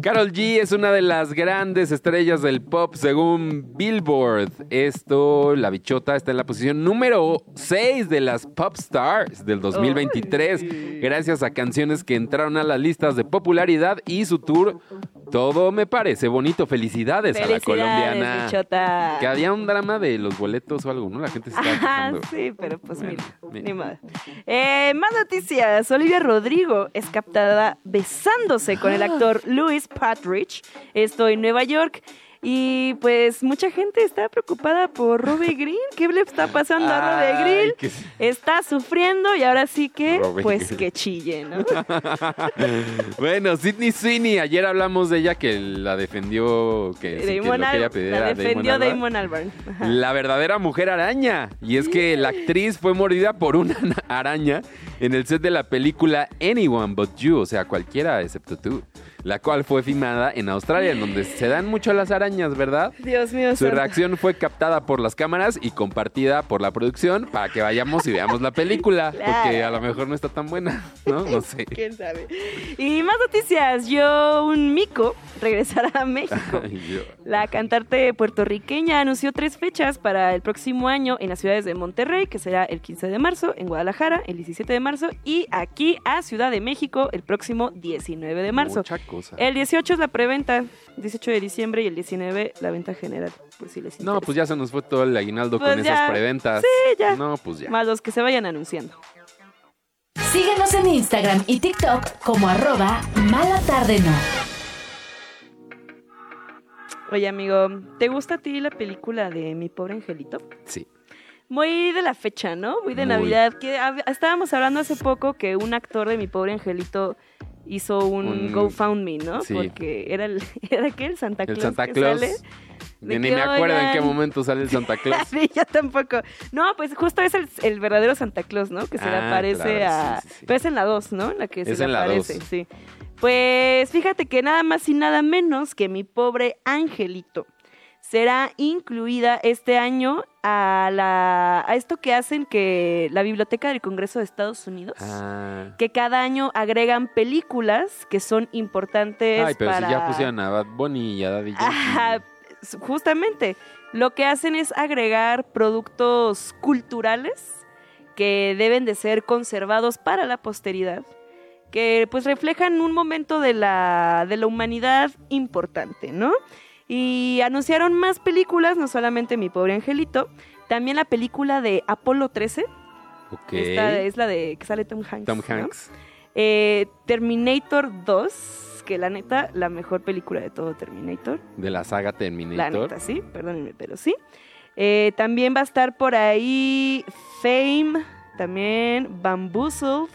[SPEAKER 3] Carol G es una de las grandes estrellas del pop según Billboard. Esto, la bichota, está en la posición número 6 de las pop stars del 2023, gracias a canciones que entraron a las listas de popularidad y su tour. Todo me parece bonito. Felicidades, a la
[SPEAKER 2] Felicidades,
[SPEAKER 3] colombiana.
[SPEAKER 2] bichota.
[SPEAKER 3] Que había un drama de los boletos o algo, ¿no? La gente se estaba
[SPEAKER 2] Ajá,
[SPEAKER 3] quejando.
[SPEAKER 2] sí, pero pues
[SPEAKER 3] Bueno,
[SPEAKER 2] mira,
[SPEAKER 3] mira.
[SPEAKER 2] ni modo. Eh, más noticias. Olivia Rodrigo es captada besándose con el actor Louis Patridge, esto en Nueva York. Y pues mucha gente está preocupada por Robbie Green. ¿Qué le está pasando a Robbie
[SPEAKER 3] Ay,
[SPEAKER 2] Green?
[SPEAKER 3] qué-
[SPEAKER 2] Está sufriendo y ahora sí que,
[SPEAKER 3] Robbie
[SPEAKER 2] pues
[SPEAKER 3] Green.
[SPEAKER 2] que chille, ¿no?
[SPEAKER 3] bueno, Sidney Sweeney, ayer hablamos de ella que la defendió, que, sí, que lo
[SPEAKER 2] Damon
[SPEAKER 3] que
[SPEAKER 2] Al-
[SPEAKER 3] ella pedía
[SPEAKER 2] la
[SPEAKER 3] era
[SPEAKER 2] defendió
[SPEAKER 3] Albarn.
[SPEAKER 2] Damon Albarn. Ajá.
[SPEAKER 3] La verdadera mujer araña. Y es que la actriz fue mordida por una araña en el set de la película Anyone But You, o sea, cualquiera excepto tú, la cual fue filmada en Australia, en donde se dan mucho las arañas, ¿verdad?
[SPEAKER 2] Dios mío,
[SPEAKER 3] Su
[SPEAKER 2] santo.
[SPEAKER 3] reacción fue captada por las cámaras y compartida por la producción para que vayamos y veamos la película, porque a lo mejor no está tan buena, ¿no? No sé.
[SPEAKER 2] ¿Quién sabe? Y más noticias. Yo, un mico, regresará a México.
[SPEAKER 3] Ay, Dios.
[SPEAKER 2] La cantante puertorriqueña anunció tres fechas para el próximo año en las ciudades de Monterrey, que será el 15 de marzo, en Guadalajara el 17 de marzo y aquí a Ciudad de México el próximo 19 de marzo.
[SPEAKER 3] Mucha cosa.
[SPEAKER 2] El 18 es la preventa, 18 de diciembre y el 19 la venta general, por si les interesa.
[SPEAKER 3] No, pues ya se nos fue todo el aguinaldo
[SPEAKER 2] Pues
[SPEAKER 3] con
[SPEAKER 2] ya.
[SPEAKER 3] esas preventas.
[SPEAKER 2] Sí, ya.
[SPEAKER 3] No, pues ya.
[SPEAKER 2] Más los que se vayan anunciando.
[SPEAKER 1] Síguenos en Instagram y TikTok como arroba malatardeno.
[SPEAKER 2] Oye, amigo, ¿te gusta a ti la película de Mi pobre angelito?
[SPEAKER 3] Sí.
[SPEAKER 2] Muy de la fecha, ¿no? Muy de
[SPEAKER 3] Muy.
[SPEAKER 2] Navidad. Que hab- estábamos hablando hace poco que un actor de Mi Pobre Angelito hizo un,
[SPEAKER 3] Un-
[SPEAKER 2] GoFundMe, ¿no?
[SPEAKER 3] sí.
[SPEAKER 2] Porque era el, era qué, el Santa Claus.
[SPEAKER 3] El Santa
[SPEAKER 2] que
[SPEAKER 3] Claus.
[SPEAKER 2] sale.
[SPEAKER 3] Ni
[SPEAKER 2] De
[SPEAKER 3] ni
[SPEAKER 2] que,
[SPEAKER 3] me acuerdo en qué
[SPEAKER 2] oigan.
[SPEAKER 3] momento sale el Santa Claus.
[SPEAKER 2] Sí, yo tampoco. No, pues justo es el, el verdadero Santa Claus, ¿no? Que se le
[SPEAKER 3] Ah,
[SPEAKER 2] aparece
[SPEAKER 3] claro,
[SPEAKER 2] a.
[SPEAKER 3] sí, sí, sí.
[SPEAKER 2] Pero es en la 2, ¿no? En la que
[SPEAKER 3] Es
[SPEAKER 2] se
[SPEAKER 3] en
[SPEAKER 2] le
[SPEAKER 3] la
[SPEAKER 2] aparece,
[SPEAKER 3] dos.
[SPEAKER 2] sí. Pues fíjate que nada más y nada menos que mi pobre angelito será incluida este año a, la, a esto que hacen que la Biblioteca del Congreso de Estados Unidos.
[SPEAKER 3] Ah.
[SPEAKER 2] Que cada año agregan películas que son importantes
[SPEAKER 3] Ay, pero
[SPEAKER 2] para...
[SPEAKER 3] si ya pusieron a Bad Bunny y a Daddy Yankee.
[SPEAKER 2] Ajá, s- justamente. Lo que hacen es agregar productos culturales que deben de ser conservados para la posteridad, que pues reflejan un momento de la, de la humanidad importante, ¿no? Y anunciaron más películas, no solamente Mi Pobre Angelito, también la película de Apolo 13,
[SPEAKER 3] Ok.
[SPEAKER 2] esta es la de que sale Tom Hanks.
[SPEAKER 3] Tom
[SPEAKER 2] ¿no?
[SPEAKER 3] Hanks.
[SPEAKER 2] Eh, Terminator 2, que la neta, la mejor película de todo Terminator.
[SPEAKER 3] De la saga
[SPEAKER 2] La
[SPEAKER 3] Terminator.
[SPEAKER 2] neta, sí, perdónenme, pero sí. Eh, también va a estar por ahí Fame, también Bamboozled.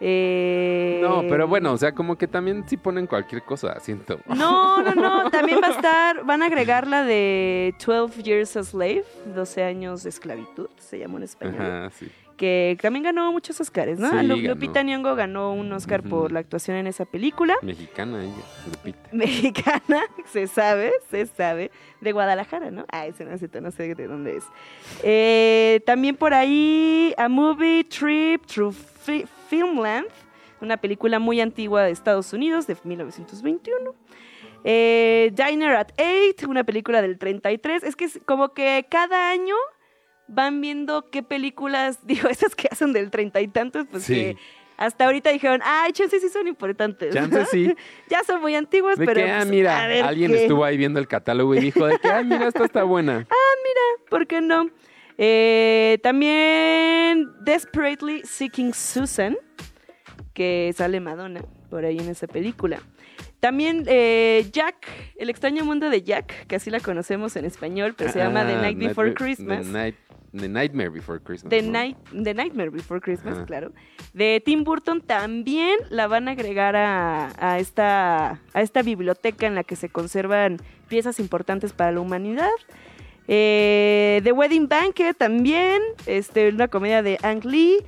[SPEAKER 2] eh,
[SPEAKER 3] No, pero bueno, o sea, como que también sí ponen cualquier cosa, siento.
[SPEAKER 2] No, no, no, también va a estar, van a agregar la de 12 Years a Slave, 12 años de esclavitud, se llama en español,
[SPEAKER 3] Ajá, sí.
[SPEAKER 2] que también ganó muchos Oscars, ¿no?
[SPEAKER 3] Sí,
[SPEAKER 2] Lu-
[SPEAKER 3] ganó.
[SPEAKER 2] Lupita Nyong'o ganó un Oscar
[SPEAKER 3] Ujú.
[SPEAKER 2] por la actuación en esa película.
[SPEAKER 3] Mexicana ella, Lupita.
[SPEAKER 2] mexicana, se sabe, se sabe, de Guadalajara, ¿no? Ah, ese no es cierto, no sé de dónde es. Eh, también por ahí, A Movie Trip Through Fi- Filmland, una película muy antigua de Estados Unidos, de 1921. Eh, Diner at Eight, una película del 33. Es que es como que cada año van viendo qué películas, digo, esas que hacen del treinta y tantos, pues
[SPEAKER 3] Sí.
[SPEAKER 2] que hasta ahorita dijeron, ay, chances sí son importantes. ¿no?
[SPEAKER 3] Chance sí.
[SPEAKER 2] ya son muy antiguas,
[SPEAKER 3] De
[SPEAKER 2] pero.
[SPEAKER 3] que, ah,
[SPEAKER 2] pues,
[SPEAKER 3] mira,
[SPEAKER 2] a ver
[SPEAKER 3] alguien
[SPEAKER 2] qué,
[SPEAKER 3] estuvo ahí viendo el catálogo y dijo de que, ah, mira, esta está buena.
[SPEAKER 2] ¿Por qué no? Eh, también Desperately Seeking Susan, que sale Madonna por ahí en esa película. También eh, Jack, El extraño mundo de Jack, que así la conocemos en español, pero se llama The
[SPEAKER 3] Ah,
[SPEAKER 2] Night Before Christmas.
[SPEAKER 3] The, Night- The Nightmare Before Christmas.
[SPEAKER 2] The,
[SPEAKER 3] ¿no?
[SPEAKER 2] Night, The Nightmare Before Christmas,
[SPEAKER 3] Ajá.
[SPEAKER 2] claro. De Tim Burton también la van a agregar a, a esta, a esta biblioteca en la que se conservan piezas importantes para la humanidad. Eh, The Wedding Banquet también, este, una comedia de Ang Lee.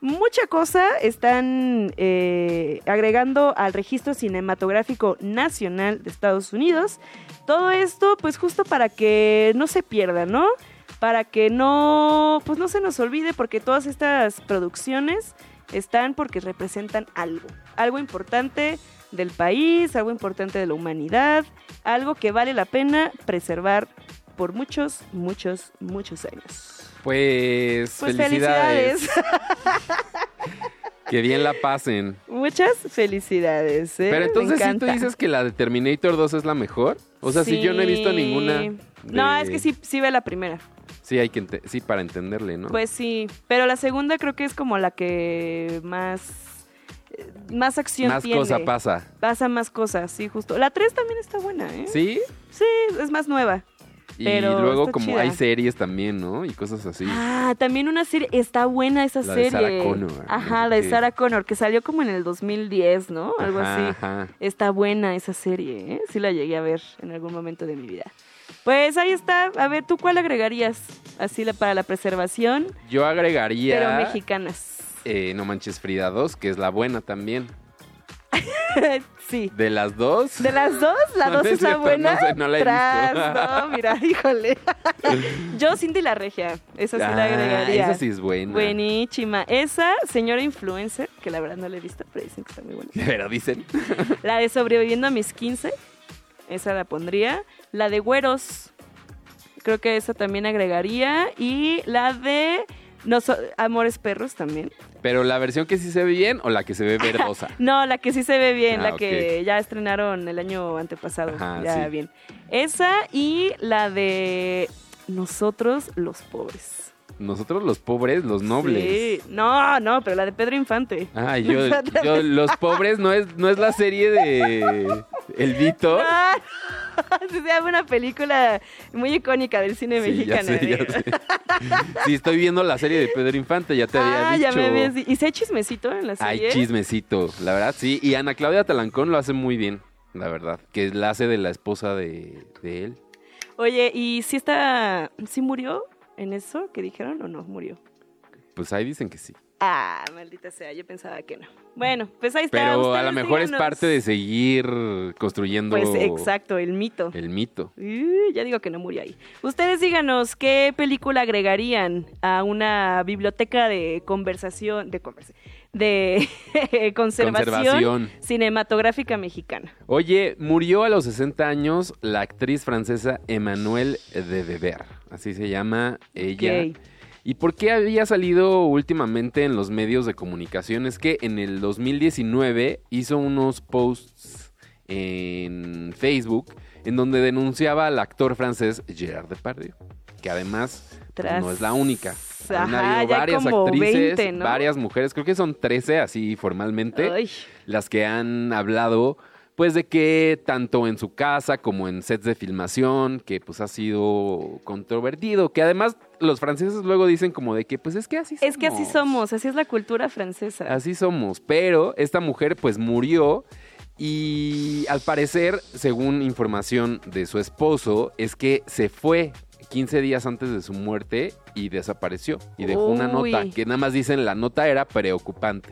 [SPEAKER 2] Mucha cosa están eh, agregando al registro cinematográfico nacional de Estados Unidos. Todo esto, pues justo para que no se pierda, ¿no? para que no, pues no se nos olvide, porque todas estas producciones están porque representan algo, algo importante del país, algo importante de la humanidad, algo que vale la pena preservar por muchos, muchos, muchos años.
[SPEAKER 3] Pues,
[SPEAKER 2] Pues
[SPEAKER 3] felicidades.
[SPEAKER 2] felicidades,
[SPEAKER 3] Que bien la pasen.
[SPEAKER 2] muchas felicidades. ¿eh?
[SPEAKER 3] Pero
[SPEAKER 2] Me
[SPEAKER 3] entonces si tú
[SPEAKER 2] encanta.
[SPEAKER 3] dices que la de Terminator 2 es la mejor. O sea, si yo no he visto
[SPEAKER 2] Sí.
[SPEAKER 3] ninguna.
[SPEAKER 2] No,
[SPEAKER 3] de-
[SPEAKER 2] es que sí, sí ve la primera.
[SPEAKER 3] Sí, hay que ente- sí, para entenderle, ¿no?
[SPEAKER 2] Pues sí, pero la segunda creo que es como la que más eh, más acción
[SPEAKER 3] Más
[SPEAKER 2] tiene.
[SPEAKER 3] cosa pasa.
[SPEAKER 2] Pasa más cosas, sí, justo. La 3 también está buena, ¿eh?
[SPEAKER 3] ¿Sí?
[SPEAKER 2] Sí, es más nueva.
[SPEAKER 3] Y
[SPEAKER 2] Pero
[SPEAKER 3] luego
[SPEAKER 2] está
[SPEAKER 3] como
[SPEAKER 2] chida.
[SPEAKER 3] hay series también, ¿no? Y cosas así.
[SPEAKER 2] Ah, también una serie, está buena esa
[SPEAKER 3] La de
[SPEAKER 2] serie.
[SPEAKER 3] Sarah Connor,
[SPEAKER 2] Ajá,
[SPEAKER 3] ¿no?
[SPEAKER 2] la de
[SPEAKER 3] Sí.
[SPEAKER 2] Sarah Connor, que salió como en el 2010, ¿no? Algo
[SPEAKER 3] Ajá,
[SPEAKER 2] así.
[SPEAKER 3] ajá.
[SPEAKER 2] Está buena esa serie, ¿eh? Sí la llegué a ver en algún momento de mi vida. Pues ahí está. A ver, ¿tú cuál agregarías? Así la, para la preservación,
[SPEAKER 3] Yo agregaría...
[SPEAKER 2] pero mexicanas.
[SPEAKER 3] eh, no manches Frida 2, que es la buena también.
[SPEAKER 2] sí.
[SPEAKER 3] De las dos.
[SPEAKER 2] ¿De las dos? ¿La
[SPEAKER 3] No,
[SPEAKER 2] dos
[SPEAKER 3] no
[SPEAKER 2] es,
[SPEAKER 3] es
[SPEAKER 2] la
[SPEAKER 3] cierto,
[SPEAKER 2] buena?
[SPEAKER 3] no sé, no la he
[SPEAKER 2] Tras,
[SPEAKER 3] visto.
[SPEAKER 2] no, mira, híjole. Yo, Cindy la Regia, esa sí la
[SPEAKER 3] Ah,
[SPEAKER 2] agregaría.
[SPEAKER 3] Esa sí es buena.
[SPEAKER 2] Buenísima. Esa, señora influencer, que la verdad no la he visto, pero dicen que está muy buena.
[SPEAKER 3] Pero dicen.
[SPEAKER 2] La de Sobreviviendo a mis 15, esa la pondría. La de Güeros, creo que esa también agregaría. Y la de Noso- Amores Perros también.
[SPEAKER 3] Pero la versión que sí se ve bien o la que se ve verdosa.
[SPEAKER 2] No, la que sí se ve bien,
[SPEAKER 3] Ah,
[SPEAKER 2] la que ya estrenaron el año antepasado.
[SPEAKER 3] Ajá,
[SPEAKER 2] ya
[SPEAKER 3] sí.
[SPEAKER 2] bien. Esa y la de Nosotros los Pobres.
[SPEAKER 3] Nosotros los pobres, los nobles. ¿Ah?
[SPEAKER 2] Sí. No, no, pero la de Pedro Infante.
[SPEAKER 3] Ay, yo, yo- los pobres no es, no es la serie de El Vito.
[SPEAKER 2] Ah, se llama una película muy icónica del cine
[SPEAKER 3] Sí, ya
[SPEAKER 2] mexicano. ¿eh?
[SPEAKER 3] sé, ya sé. Sí, estoy viendo la serie de Pedro Infante, ya te había
[SPEAKER 2] ah,
[SPEAKER 3] dicho.
[SPEAKER 2] ya me habías di- ¿Y si hay chismecito en la
[SPEAKER 3] Ay,
[SPEAKER 2] serie?
[SPEAKER 3] chismecito, la verdad, sí. Y Ana Claudia Talancón lo hace muy bien, la verdad. Que la hace de la esposa de, de él.
[SPEAKER 2] Oye, ¿y si está... ¿Sí murió en eso que dijeron o no murió?
[SPEAKER 3] Pues ahí dicen que sí.
[SPEAKER 2] Ah, maldita sea, yo pensaba que no. Bueno, pues ahí está.
[SPEAKER 3] Pero a
[SPEAKER 2] ustedes
[SPEAKER 3] lo mejor es
[SPEAKER 2] díganos.
[SPEAKER 3] parte de seguir construyendo
[SPEAKER 2] Pues exacto, el mito.
[SPEAKER 3] el mito.
[SPEAKER 2] Uh, ya digo que no murió ahí. Ustedes díganos qué película agregarían a una biblioteca de conversación, de conversa- de conservación,
[SPEAKER 3] Conservación.
[SPEAKER 2] cinematográfica mexicana.
[SPEAKER 3] Oye, murió a los 60 años la actriz francesa Emmanuelle de Weber. Así se llama ella.
[SPEAKER 2] Ok.
[SPEAKER 3] ¿Y por qué había salido últimamente en los medios de comunicación? Es que en el 2019 hizo unos posts en Facebook en donde denunciaba al actor francés Gerard Depardieu, que además pues,
[SPEAKER 2] Tras-
[SPEAKER 3] no es la única. Han
[SPEAKER 2] Ajá,
[SPEAKER 3] habido
[SPEAKER 2] ya
[SPEAKER 3] varias
[SPEAKER 2] como
[SPEAKER 3] actrices,
[SPEAKER 2] 20, ¿no?
[SPEAKER 3] varias mujeres, creo que son 13 así formalmente,
[SPEAKER 2] Ay,
[SPEAKER 3] las que han hablado pues de que tanto en su casa como en sets de filmación, que pues ha sido controvertido, que además los franceses luego dicen como de que pues es que así somos.
[SPEAKER 2] es que así somos, así es la cultura francesa.
[SPEAKER 3] Así somos, pero esta mujer pues murió y al parecer, según información de su esposo, es que se fue 15 días antes de su muerte y desapareció y dejó una
[SPEAKER 2] Uy.
[SPEAKER 3] nota que nada más dicen la nota era preocupante.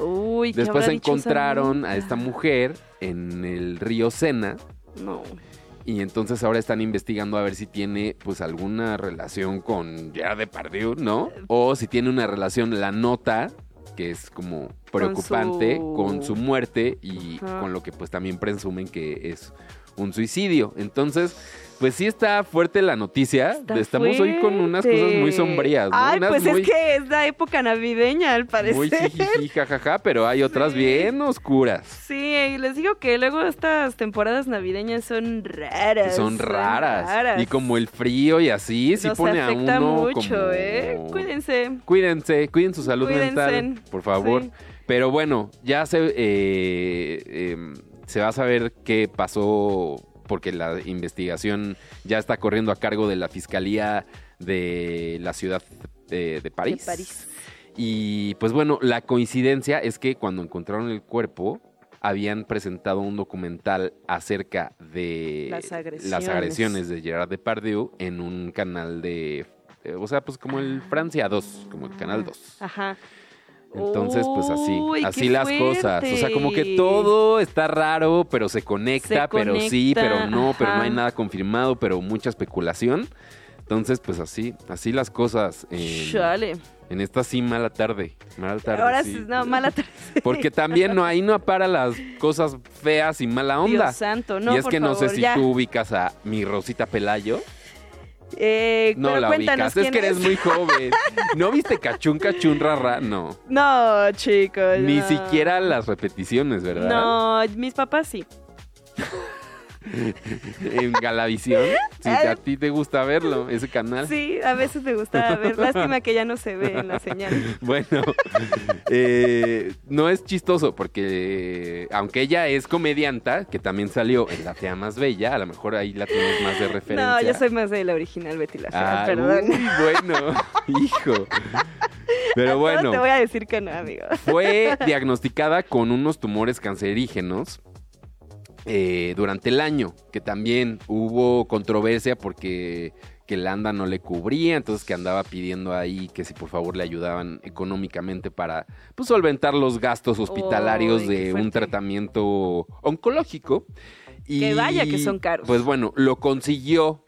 [SPEAKER 2] Uy, ¿qué
[SPEAKER 3] Después
[SPEAKER 2] habrá dicho esa
[SPEAKER 3] encontraron a
[SPEAKER 2] nota?
[SPEAKER 3] esta mujer en el río Sena
[SPEAKER 2] No.
[SPEAKER 3] y entonces ahora están investigando a ver si tiene pues alguna relación con Gerard Depardieu, ¿no?
[SPEAKER 2] Eh,
[SPEAKER 3] O si tiene una relación la nota que es como preocupante
[SPEAKER 2] su-
[SPEAKER 3] con su, muerte y
[SPEAKER 2] Ajá.
[SPEAKER 3] con lo que pues también presumen que es un suicidio. Entonces, pues sí está fuerte la noticia.
[SPEAKER 2] Está
[SPEAKER 3] Estamos hoy con unas cosas muy
[SPEAKER 2] fuerte.
[SPEAKER 3] sombrías, ¿no?
[SPEAKER 2] Ay,
[SPEAKER 3] Unas
[SPEAKER 2] pues
[SPEAKER 3] muy-
[SPEAKER 2] es que es la época navideña, al parecer.
[SPEAKER 3] muy jijiji, jajaja, pero hay otras
[SPEAKER 2] Sí.
[SPEAKER 3] bien oscuras.
[SPEAKER 2] Sí, y les digo que luego estas temporadas navideñas son raras.
[SPEAKER 3] Son raras. Y como el frío y así, sí
[SPEAKER 2] Nos
[SPEAKER 3] pone a
[SPEAKER 2] afecta
[SPEAKER 3] uno
[SPEAKER 2] mucho,
[SPEAKER 3] como-
[SPEAKER 2] ¿eh? Cuídense.
[SPEAKER 3] Cuídense, cuiden su salud
[SPEAKER 2] Cuídense.
[SPEAKER 3] mental, por favor.
[SPEAKER 2] Sí.
[SPEAKER 3] Pero bueno, ya se, eh, eh, se va a saber qué pasó porque la investigación ya está corriendo a cargo de la Fiscalía de la Ciudad de, de París.
[SPEAKER 2] De París.
[SPEAKER 3] Y pues bueno, la coincidencia es que cuando encontraron el cuerpo habían presentado un documental acerca de
[SPEAKER 2] Las agresiones.
[SPEAKER 3] las agresiones de Gerard Depardieu en un canal de eh, o sea, pues como el
[SPEAKER 2] Ah.
[SPEAKER 3] Francia 2, como el canal 2.
[SPEAKER 2] Ajá.
[SPEAKER 3] Entonces, pues así,
[SPEAKER 2] Ah. Uy, qué
[SPEAKER 3] así las cosas. O sea, como que
[SPEAKER 2] fuerte.
[SPEAKER 3] todo está raro, pero se conecta,
[SPEAKER 2] Se
[SPEAKER 3] pero sí,
[SPEAKER 2] conecta,
[SPEAKER 3] pero no, pero no hay
[SPEAKER 2] ajá.
[SPEAKER 3] nada confirmado, pero mucha especulación. Entonces, pues así, así las cosas. en-
[SPEAKER 2] Chale.
[SPEAKER 3] en esta sí, mala tarde. Mala tarde.
[SPEAKER 2] Ahora
[SPEAKER 3] sí.
[SPEAKER 2] sí, no, mala tarde.
[SPEAKER 3] Porque también no, ahí no para las cosas feas y mala onda.
[SPEAKER 2] Dios santo, no,
[SPEAKER 3] y es
[SPEAKER 2] por
[SPEAKER 3] que no sé
[SPEAKER 2] favor,
[SPEAKER 3] si
[SPEAKER 2] ya.
[SPEAKER 3] tú ubicas a mi Rosita Pelayo.
[SPEAKER 2] Eh,
[SPEAKER 3] No
[SPEAKER 2] pero
[SPEAKER 3] la
[SPEAKER 2] cuéntanos
[SPEAKER 3] ubicas. Es que
[SPEAKER 2] quién
[SPEAKER 3] eres muy joven. ¿No viste Cachún Cachún Rara? No.
[SPEAKER 2] No, chicos.
[SPEAKER 3] Ni
[SPEAKER 2] no.
[SPEAKER 3] siquiera las repeticiones, ¿verdad?
[SPEAKER 2] No, mis papás sí.
[SPEAKER 3] en Galavisión. Si a ti te gusta verlo, ese canal.
[SPEAKER 2] Sí, a veces me gusta ver. Lástima que ya no se ve en la señal.
[SPEAKER 3] Bueno, eh, no es chistoso porque aunque ella es comedianta, que también salió en La Fea Más Bella, a lo mejor ahí la tienes más de referencia.
[SPEAKER 2] No, yo soy más de la original Betty la Fea,
[SPEAKER 3] Ah,
[SPEAKER 2] perdón.
[SPEAKER 3] uy, bueno, hijo. Pero bueno.
[SPEAKER 2] No te voy a decir que no, amigo.
[SPEAKER 3] Fue diagnosticada con unos tumores cancerígenos eh, durante el año, que también hubo controversia porque que el ANDA no le cubría, entonces que andaba pidiendo ahí que si por favor le ayudaban económicamente para pues, solventar los gastos hospitalarios
[SPEAKER 2] Uy, qué
[SPEAKER 3] de un
[SPEAKER 2] fuerte.
[SPEAKER 3] tratamiento oncológico. Y,
[SPEAKER 2] Que vaya que son caros.
[SPEAKER 3] Pues bueno, lo consiguió.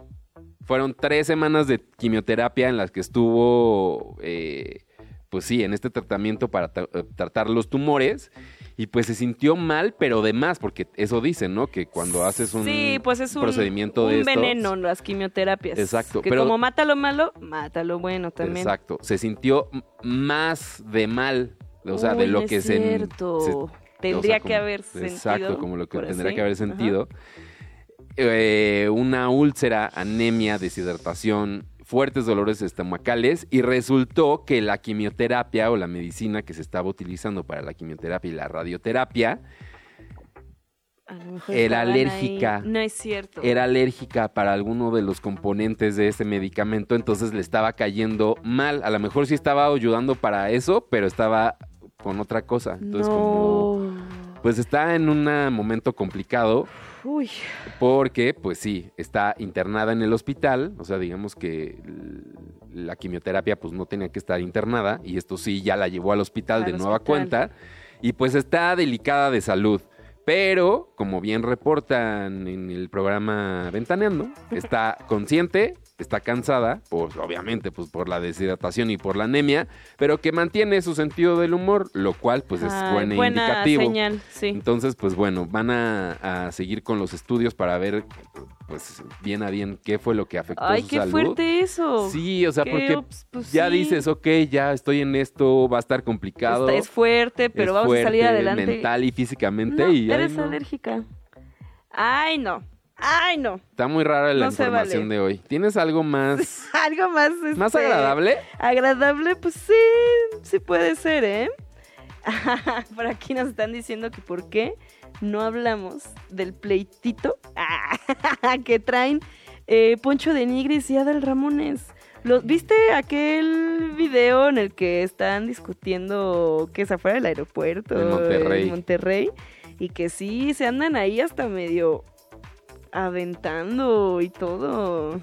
[SPEAKER 3] Fueron tres semanas de quimioterapia en las que estuvo eh, pues sí, en este tratamiento para tra- eh, tratar los tumores. Y pues se sintió mal, pero de más, porque eso dicen, ¿no? Que cuando haces un,
[SPEAKER 2] sí, pues es un,
[SPEAKER 3] procedimiento de
[SPEAKER 2] un
[SPEAKER 3] estos-
[SPEAKER 2] veneno las quimioterapias.
[SPEAKER 3] Exacto,
[SPEAKER 2] Que
[SPEAKER 3] pero-
[SPEAKER 2] como mata lo malo, mata lo bueno también.
[SPEAKER 3] Exacto. Se sintió m- más de mal, o sea, de
[SPEAKER 2] Uy,
[SPEAKER 3] lo
[SPEAKER 2] no
[SPEAKER 3] que
[SPEAKER 2] es
[SPEAKER 3] se,
[SPEAKER 2] cierto.
[SPEAKER 3] se-
[SPEAKER 2] Tendría
[SPEAKER 3] o sea, como-
[SPEAKER 2] que haber sentido.
[SPEAKER 3] Exacto, como lo que
[SPEAKER 2] por
[SPEAKER 3] tendría
[SPEAKER 2] así.
[SPEAKER 3] que haber
[SPEAKER 2] Ajá.
[SPEAKER 3] sentido. Eh, una úlcera, anemia, deshidratación, fuertes dolores estomacales y resultó que la quimioterapia o la medicina que se estaba utilizando para la quimioterapia y la radioterapia
[SPEAKER 2] A lo mejor
[SPEAKER 3] Era
[SPEAKER 2] estaban
[SPEAKER 3] alérgica.
[SPEAKER 2] ahí. No es cierto.
[SPEAKER 3] era alérgica para alguno de los componentes de ese medicamento, entonces le estaba cayendo mal. A lo mejor sí estaba ayudando para eso, pero estaba con otra cosa. Entonces,
[SPEAKER 2] no.
[SPEAKER 3] como, pues está en un momento complicado
[SPEAKER 2] Uy.
[SPEAKER 3] porque, pues sí, está internada en el hospital, o sea, digamos que l- la quimioterapia pues no tenía que estar internada y esto sí ya la llevó al hospital
[SPEAKER 2] Al
[SPEAKER 3] de nueva
[SPEAKER 2] hospital.
[SPEAKER 3] cuenta y pues está delicada de salud. Pero, como bien reportan en el programa Ventaneando, está consciente, está cansada, pues obviamente pues por la deshidratación y por la anemia, pero que mantiene su sentido del humor, lo cual pues es
[SPEAKER 2] Ay,
[SPEAKER 3] buen
[SPEAKER 2] buena
[SPEAKER 3] indicativo.
[SPEAKER 2] señal, sí.
[SPEAKER 3] Entonces, pues bueno, van a, a seguir con los estudios para ver, pues bien a bien, qué fue lo que afectó
[SPEAKER 2] Ay,
[SPEAKER 3] su
[SPEAKER 2] qué
[SPEAKER 3] salud.
[SPEAKER 2] fuerte eso.
[SPEAKER 3] Sí, o sea,
[SPEAKER 2] Qué
[SPEAKER 3] porque
[SPEAKER 2] ops, pues
[SPEAKER 3] ya
[SPEAKER 2] sí.
[SPEAKER 3] dices, ok, ya estoy en esto, va a estar complicado.
[SPEAKER 2] Está- es fuerte, pero
[SPEAKER 3] es
[SPEAKER 2] vamos a salir
[SPEAKER 3] fuerte,
[SPEAKER 2] adelante.
[SPEAKER 3] Mental y físicamente.
[SPEAKER 2] No,
[SPEAKER 3] y, ay,
[SPEAKER 2] eres
[SPEAKER 3] no.
[SPEAKER 2] alérgica. Ay, no. Ay, no.
[SPEAKER 3] Está muy rara la
[SPEAKER 2] No se
[SPEAKER 3] información
[SPEAKER 2] vale.
[SPEAKER 3] de hoy. ¿Tienes algo más,
[SPEAKER 2] Algo más. Este,
[SPEAKER 3] más agradable?
[SPEAKER 2] Agradable, pues sí, sí puede ser, ¿eh? Por aquí nos están diciendo que por qué no hablamos del pleitito ah, que traen eh, Poncho de Nigris y Adal Ramones. Lo- ¿Viste aquel video en el que están discutiendo que es afuera del aeropuerto?
[SPEAKER 3] En Monterrey.
[SPEAKER 2] en Monterrey. Y que sí, se andan ahí hasta medio aventando y todo.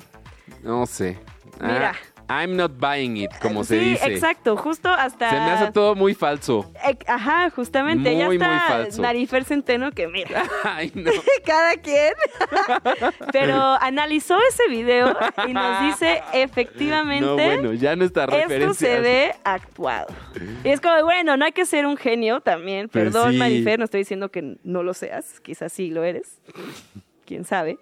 [SPEAKER 3] No sé.
[SPEAKER 2] Mira.
[SPEAKER 3] Ah, I'm not buying it, como se
[SPEAKER 2] sí,
[SPEAKER 3] dice.
[SPEAKER 2] exacto, justo hasta...
[SPEAKER 3] Se me hace todo muy falso.
[SPEAKER 2] Eh, Ajá, justamente, ya
[SPEAKER 3] Muy, muy
[SPEAKER 2] está
[SPEAKER 3] falso.
[SPEAKER 2] Narifer Centeno que mira,
[SPEAKER 3] Ay, no.
[SPEAKER 2] cada quien. Pero analizó ese video y nos dice efectivamente
[SPEAKER 3] No, bueno, ya no está
[SPEAKER 2] esto se ve actuado. Y es como, bueno, no hay que ser un genio también.
[SPEAKER 3] Pues
[SPEAKER 2] Perdón,
[SPEAKER 3] sí.
[SPEAKER 2] Marifer, no estoy diciendo que no lo seas. Quizás sí lo eres. Quién sabe.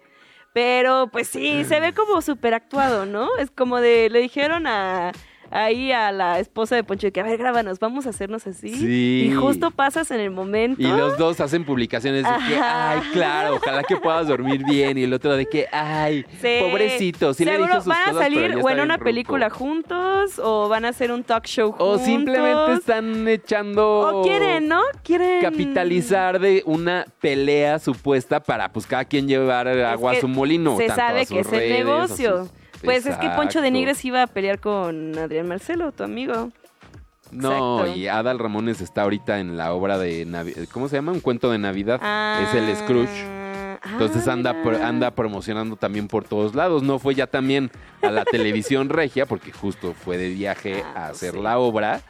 [SPEAKER 2] Pero pues sí, se ve como súper actuado, ¿no? Es como de, le dijeron a... Ahí a la esposa de Poncho, de que a ver, grábanos, vamos a hacernos así.
[SPEAKER 3] Sí.
[SPEAKER 2] Y justo pasas en el momento.
[SPEAKER 3] Y los dos hacen publicaciones de que,
[SPEAKER 2] ¿Ah? Ajá.
[SPEAKER 3] ay, claro, ojalá que puedas dormir bien. Y el otro de que, ay,
[SPEAKER 2] Sí.
[SPEAKER 3] pobrecito, sí le
[SPEAKER 2] Seguro
[SPEAKER 3] dije sus
[SPEAKER 2] van a
[SPEAKER 3] cosas, pero
[SPEAKER 2] salir o
[SPEAKER 3] ya
[SPEAKER 2] en
[SPEAKER 3] está
[SPEAKER 2] una
[SPEAKER 3] bien
[SPEAKER 2] película
[SPEAKER 3] ruco.
[SPEAKER 2] juntos o van a hacer un talk show
[SPEAKER 3] O
[SPEAKER 2] juntos.
[SPEAKER 3] simplemente están echando...
[SPEAKER 2] O quieren, ¿no? Quieren
[SPEAKER 3] Capitalizar de una pelea supuesta para, pues, cada quien llevar agua a
[SPEAKER 2] que
[SPEAKER 3] su molino.
[SPEAKER 2] se
[SPEAKER 3] tanto a
[SPEAKER 2] sabe
[SPEAKER 3] sus
[SPEAKER 2] que es el
[SPEAKER 3] redes, a
[SPEAKER 2] negocio.
[SPEAKER 3] sus-
[SPEAKER 2] Pues es que Poncho de
[SPEAKER 3] Exacto.
[SPEAKER 2] Nigres iba a pelear con Adrián Marcelo, tu amigo.
[SPEAKER 3] No,
[SPEAKER 2] Exacto.
[SPEAKER 3] y Adal Ramones está ahorita en la obra de... Navi- ¿Cómo se llama? Un cuento de Navidad. Es el Scrooge. Entonces
[SPEAKER 2] Ah,
[SPEAKER 3] anda, pro-
[SPEAKER 2] mira.
[SPEAKER 3] anda promocionando también por todos lados. No fue ya también a la televisión regia, porque justo fue de viaje
[SPEAKER 2] Ah,
[SPEAKER 3] a
[SPEAKER 2] pues
[SPEAKER 3] hacer
[SPEAKER 2] sí.
[SPEAKER 3] la obra,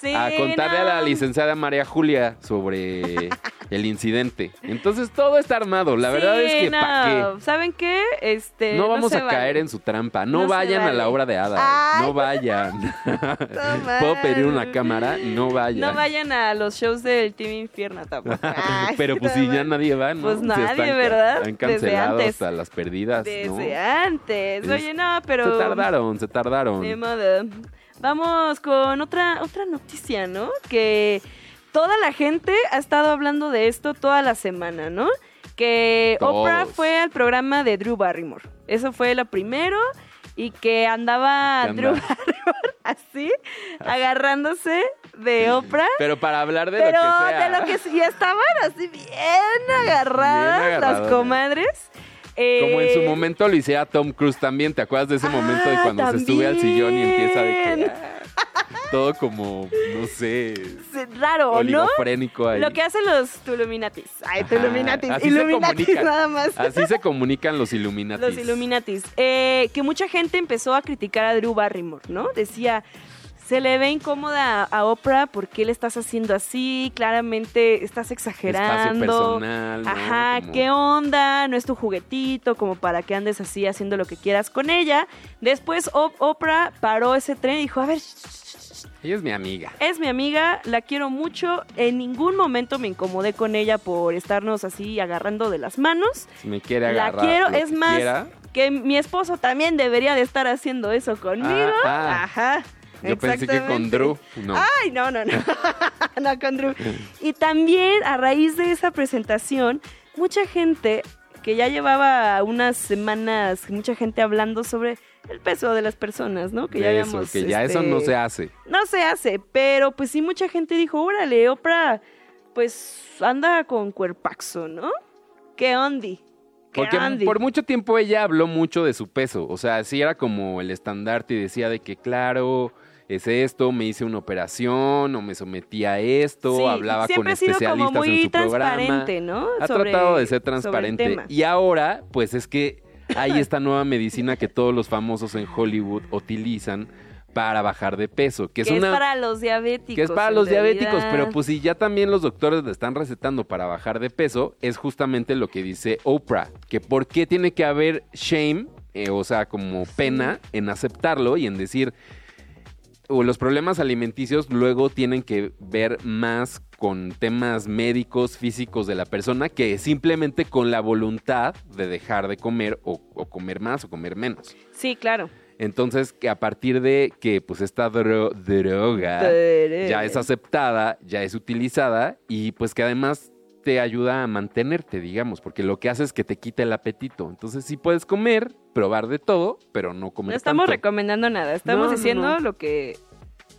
[SPEAKER 2] Sí,
[SPEAKER 3] a contarle a la
[SPEAKER 2] no.
[SPEAKER 3] licenciada María Julia sobre el incidente. Entonces todo está armado. La verdad
[SPEAKER 2] Sí,
[SPEAKER 3] es que
[SPEAKER 2] no.
[SPEAKER 3] ¿para
[SPEAKER 2] ¿Saben qué? Este,
[SPEAKER 3] qué? No vamos
[SPEAKER 2] se
[SPEAKER 3] a caer
[SPEAKER 2] vale.
[SPEAKER 3] en su trampa. No,
[SPEAKER 2] No se
[SPEAKER 3] vayan a
[SPEAKER 2] vale.
[SPEAKER 3] la obra de Ada.
[SPEAKER 2] Ay.
[SPEAKER 3] No vayan.
[SPEAKER 2] No
[SPEAKER 3] ¿Puedo pedir una
[SPEAKER 2] mames.
[SPEAKER 3] cámara? Ah, No vayan.
[SPEAKER 2] No vayan a los shows del Team Infierno tampoco. Ay,
[SPEAKER 3] Pero pues
[SPEAKER 2] no
[SPEAKER 3] si ya
[SPEAKER 2] mames.
[SPEAKER 3] nadie va, ¿no?
[SPEAKER 2] Pues
[SPEAKER 3] Si
[SPEAKER 2] nadie, ¿verdad?
[SPEAKER 3] Han
[SPEAKER 2] Desde
[SPEAKER 3] cancelado
[SPEAKER 2] antes.
[SPEAKER 3] hasta las perdidas. ¿no?
[SPEAKER 2] Desde antes. Oye, no, pero.
[SPEAKER 3] Se tardaron, se tardaron.
[SPEAKER 2] Ni modo. Vamos con otra, otra noticia, ¿no? Que toda la gente ha estado hablando de esto toda la semana, ¿no? que
[SPEAKER 3] Todos.
[SPEAKER 2] Oprah fue al programa de Drew Barrymore. Eso fue lo primero. Y que andaba
[SPEAKER 3] Que
[SPEAKER 2] Drew
[SPEAKER 3] andaba.
[SPEAKER 2] Barrymore así, agarrándose de Oprah.
[SPEAKER 3] Pero para hablar de
[SPEAKER 2] pero
[SPEAKER 3] lo que sea.
[SPEAKER 2] de lo que sí, y estaban así bien agarradas las
[SPEAKER 3] agarradones.
[SPEAKER 2] comadres. Eh,
[SPEAKER 3] Como en su momento lo hiciera Tom Cruise también. ¿Te acuerdas de ese momento de
[SPEAKER 2] Ah,
[SPEAKER 3] cuando se sube al sillón y empieza de que.
[SPEAKER 2] también.
[SPEAKER 3] ah, todo como, no sé,
[SPEAKER 2] sí, Raro, ¿no?
[SPEAKER 3] oligofrénico ahí.
[SPEAKER 2] Lo que hacen los Tuluminatis. Ay,
[SPEAKER 3] Ajá,
[SPEAKER 2] Tuluminatis.
[SPEAKER 3] así se
[SPEAKER 2] Illuminatis
[SPEAKER 3] comunican.
[SPEAKER 2] nada más.
[SPEAKER 3] Así se comunican los Illuminatis.
[SPEAKER 2] Los Illuminatis. Eh, que mucha gente empezó a criticar a Drew Barrymore, ¿no? Decía, se le ve incómoda a- a Oprah, ¿por qué le estás haciendo así? Claramente estás
[SPEAKER 3] Espacio
[SPEAKER 2] exagerando.
[SPEAKER 3] personal. ¿no?
[SPEAKER 2] Ajá,
[SPEAKER 3] Como-
[SPEAKER 2] ¿qué onda? No es tu juguetito, como para que andes así haciendo lo que quieras con ella. Después O- Oprah paró ese tren y dijo, a ver, sh- sh- sh-
[SPEAKER 3] Ella es mi amiga.
[SPEAKER 2] es mi amiga, la quiero mucho, en ningún momento me incomodé con ella por estarnos así agarrando de las manos.
[SPEAKER 3] Si me quiere
[SPEAKER 2] La
[SPEAKER 3] agarrar.
[SPEAKER 2] quiero,
[SPEAKER 3] lo
[SPEAKER 2] es
[SPEAKER 3] que
[SPEAKER 2] más,
[SPEAKER 3] quiera.
[SPEAKER 2] que mi esposo también debería de estar haciendo eso conmigo.
[SPEAKER 3] ah.
[SPEAKER 2] Ajá.
[SPEAKER 3] Yo pensé que con
[SPEAKER 2] exactamente. Ah,
[SPEAKER 3] Drew. No.
[SPEAKER 2] Ay, no, no, no. no con Drew. Y también a raíz de esa presentación, mucha gente que ya llevaba unas semanas, mucha gente hablando sobre el peso de las personas, ¿no? Que ya
[SPEAKER 3] de eso,
[SPEAKER 2] habíamos,
[SPEAKER 3] que ya eso
[SPEAKER 2] este,
[SPEAKER 3] no se hace.
[SPEAKER 2] no se hace, pero pues sí mucha gente dijo, órale, Oprah, pues anda con cuerpaxo, ¿no? ¿Qué ondi? ¿Qué
[SPEAKER 3] Porque
[SPEAKER 2] ondi?
[SPEAKER 3] por mucho tiempo ella habló mucho de su peso. O sea, sí era como el estandarte y decía de que, claro, es esto, me hice una operación o me sometí a esto,
[SPEAKER 2] Sí,
[SPEAKER 3] hablaba con
[SPEAKER 2] siempre ha sido
[SPEAKER 3] especialistas
[SPEAKER 2] como muy
[SPEAKER 3] en su programa.
[SPEAKER 2] transparente, ¿no?
[SPEAKER 3] Ha
[SPEAKER 2] Sobre-
[SPEAKER 3] tratado de ser
[SPEAKER 2] sobre el
[SPEAKER 3] transparente.
[SPEAKER 2] tema.
[SPEAKER 3] Y ahora, pues es que hay esta nueva medicina que todos los famosos en Hollywood utilizan para bajar de peso, que es
[SPEAKER 2] que
[SPEAKER 3] una
[SPEAKER 2] es para los diabéticos.
[SPEAKER 3] que es para
[SPEAKER 2] en
[SPEAKER 3] los diabéticos,
[SPEAKER 2] realidad.
[SPEAKER 3] pero pues si ya también los doctores le están recetando para bajar de peso, es justamente lo que dice Oprah, que por qué tiene que haber shame, eh, o sea, como pena en aceptarlo y en decir, o los problemas alimenticios luego tienen que ver más con temas médicos, físicos de la persona, que simplemente con la voluntad de dejar de comer o- o comer más o comer menos.
[SPEAKER 2] Sí, claro.
[SPEAKER 3] Entonces, que a partir de que pues esta dro- droga ya
[SPEAKER 2] Eh.
[SPEAKER 3] es aceptada, ya es utilizada y pues que además te ayuda a mantenerte, digamos, porque lo que hace es que te quita el apetito. Entonces, sí puedes comer, probar de todo, pero no comer
[SPEAKER 2] No estamos
[SPEAKER 3] tanto.
[SPEAKER 2] recomendando nada, estamos
[SPEAKER 3] No, no,
[SPEAKER 2] diciendo
[SPEAKER 3] no.
[SPEAKER 2] lo que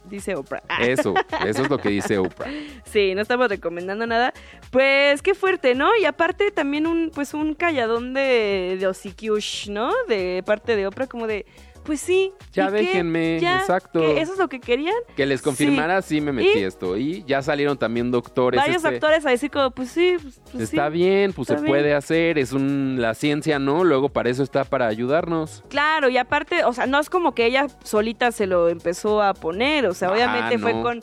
[SPEAKER 2] dice Oprah. Ah,
[SPEAKER 3] Eso, eso es lo que dice Oprah.
[SPEAKER 2] sí, no estamos recomendando nada. Pues qué fuerte, ¿no? Y aparte también un, pues un calladón de, de hociquiush, ¿no? De parte de Oprah, como de, pues sí.
[SPEAKER 3] Ya
[SPEAKER 2] ¿y qué?
[SPEAKER 3] déjenme,
[SPEAKER 2] Ya,
[SPEAKER 3] exacto.
[SPEAKER 2] ¿qué? ¿Eso es lo que querían?
[SPEAKER 3] Que les confirmara sí, me metí
[SPEAKER 2] ¿Y?
[SPEAKER 3] esto. Y ya salieron también doctores.
[SPEAKER 2] Varios
[SPEAKER 3] este,
[SPEAKER 2] actores a decir como, pues sí, pues, pues
[SPEAKER 3] Está
[SPEAKER 2] sí.
[SPEAKER 3] bien, pues
[SPEAKER 2] está
[SPEAKER 3] se
[SPEAKER 2] bien.
[SPEAKER 3] puede hacer, es un, la ciencia, ¿no? Luego para eso está para ayudarnos.
[SPEAKER 2] Claro, y aparte, o sea, no es como que ella solita se lo empezó a poner, o sea,
[SPEAKER 3] Ajá,
[SPEAKER 2] obviamente fue
[SPEAKER 3] Ah, no.
[SPEAKER 2] con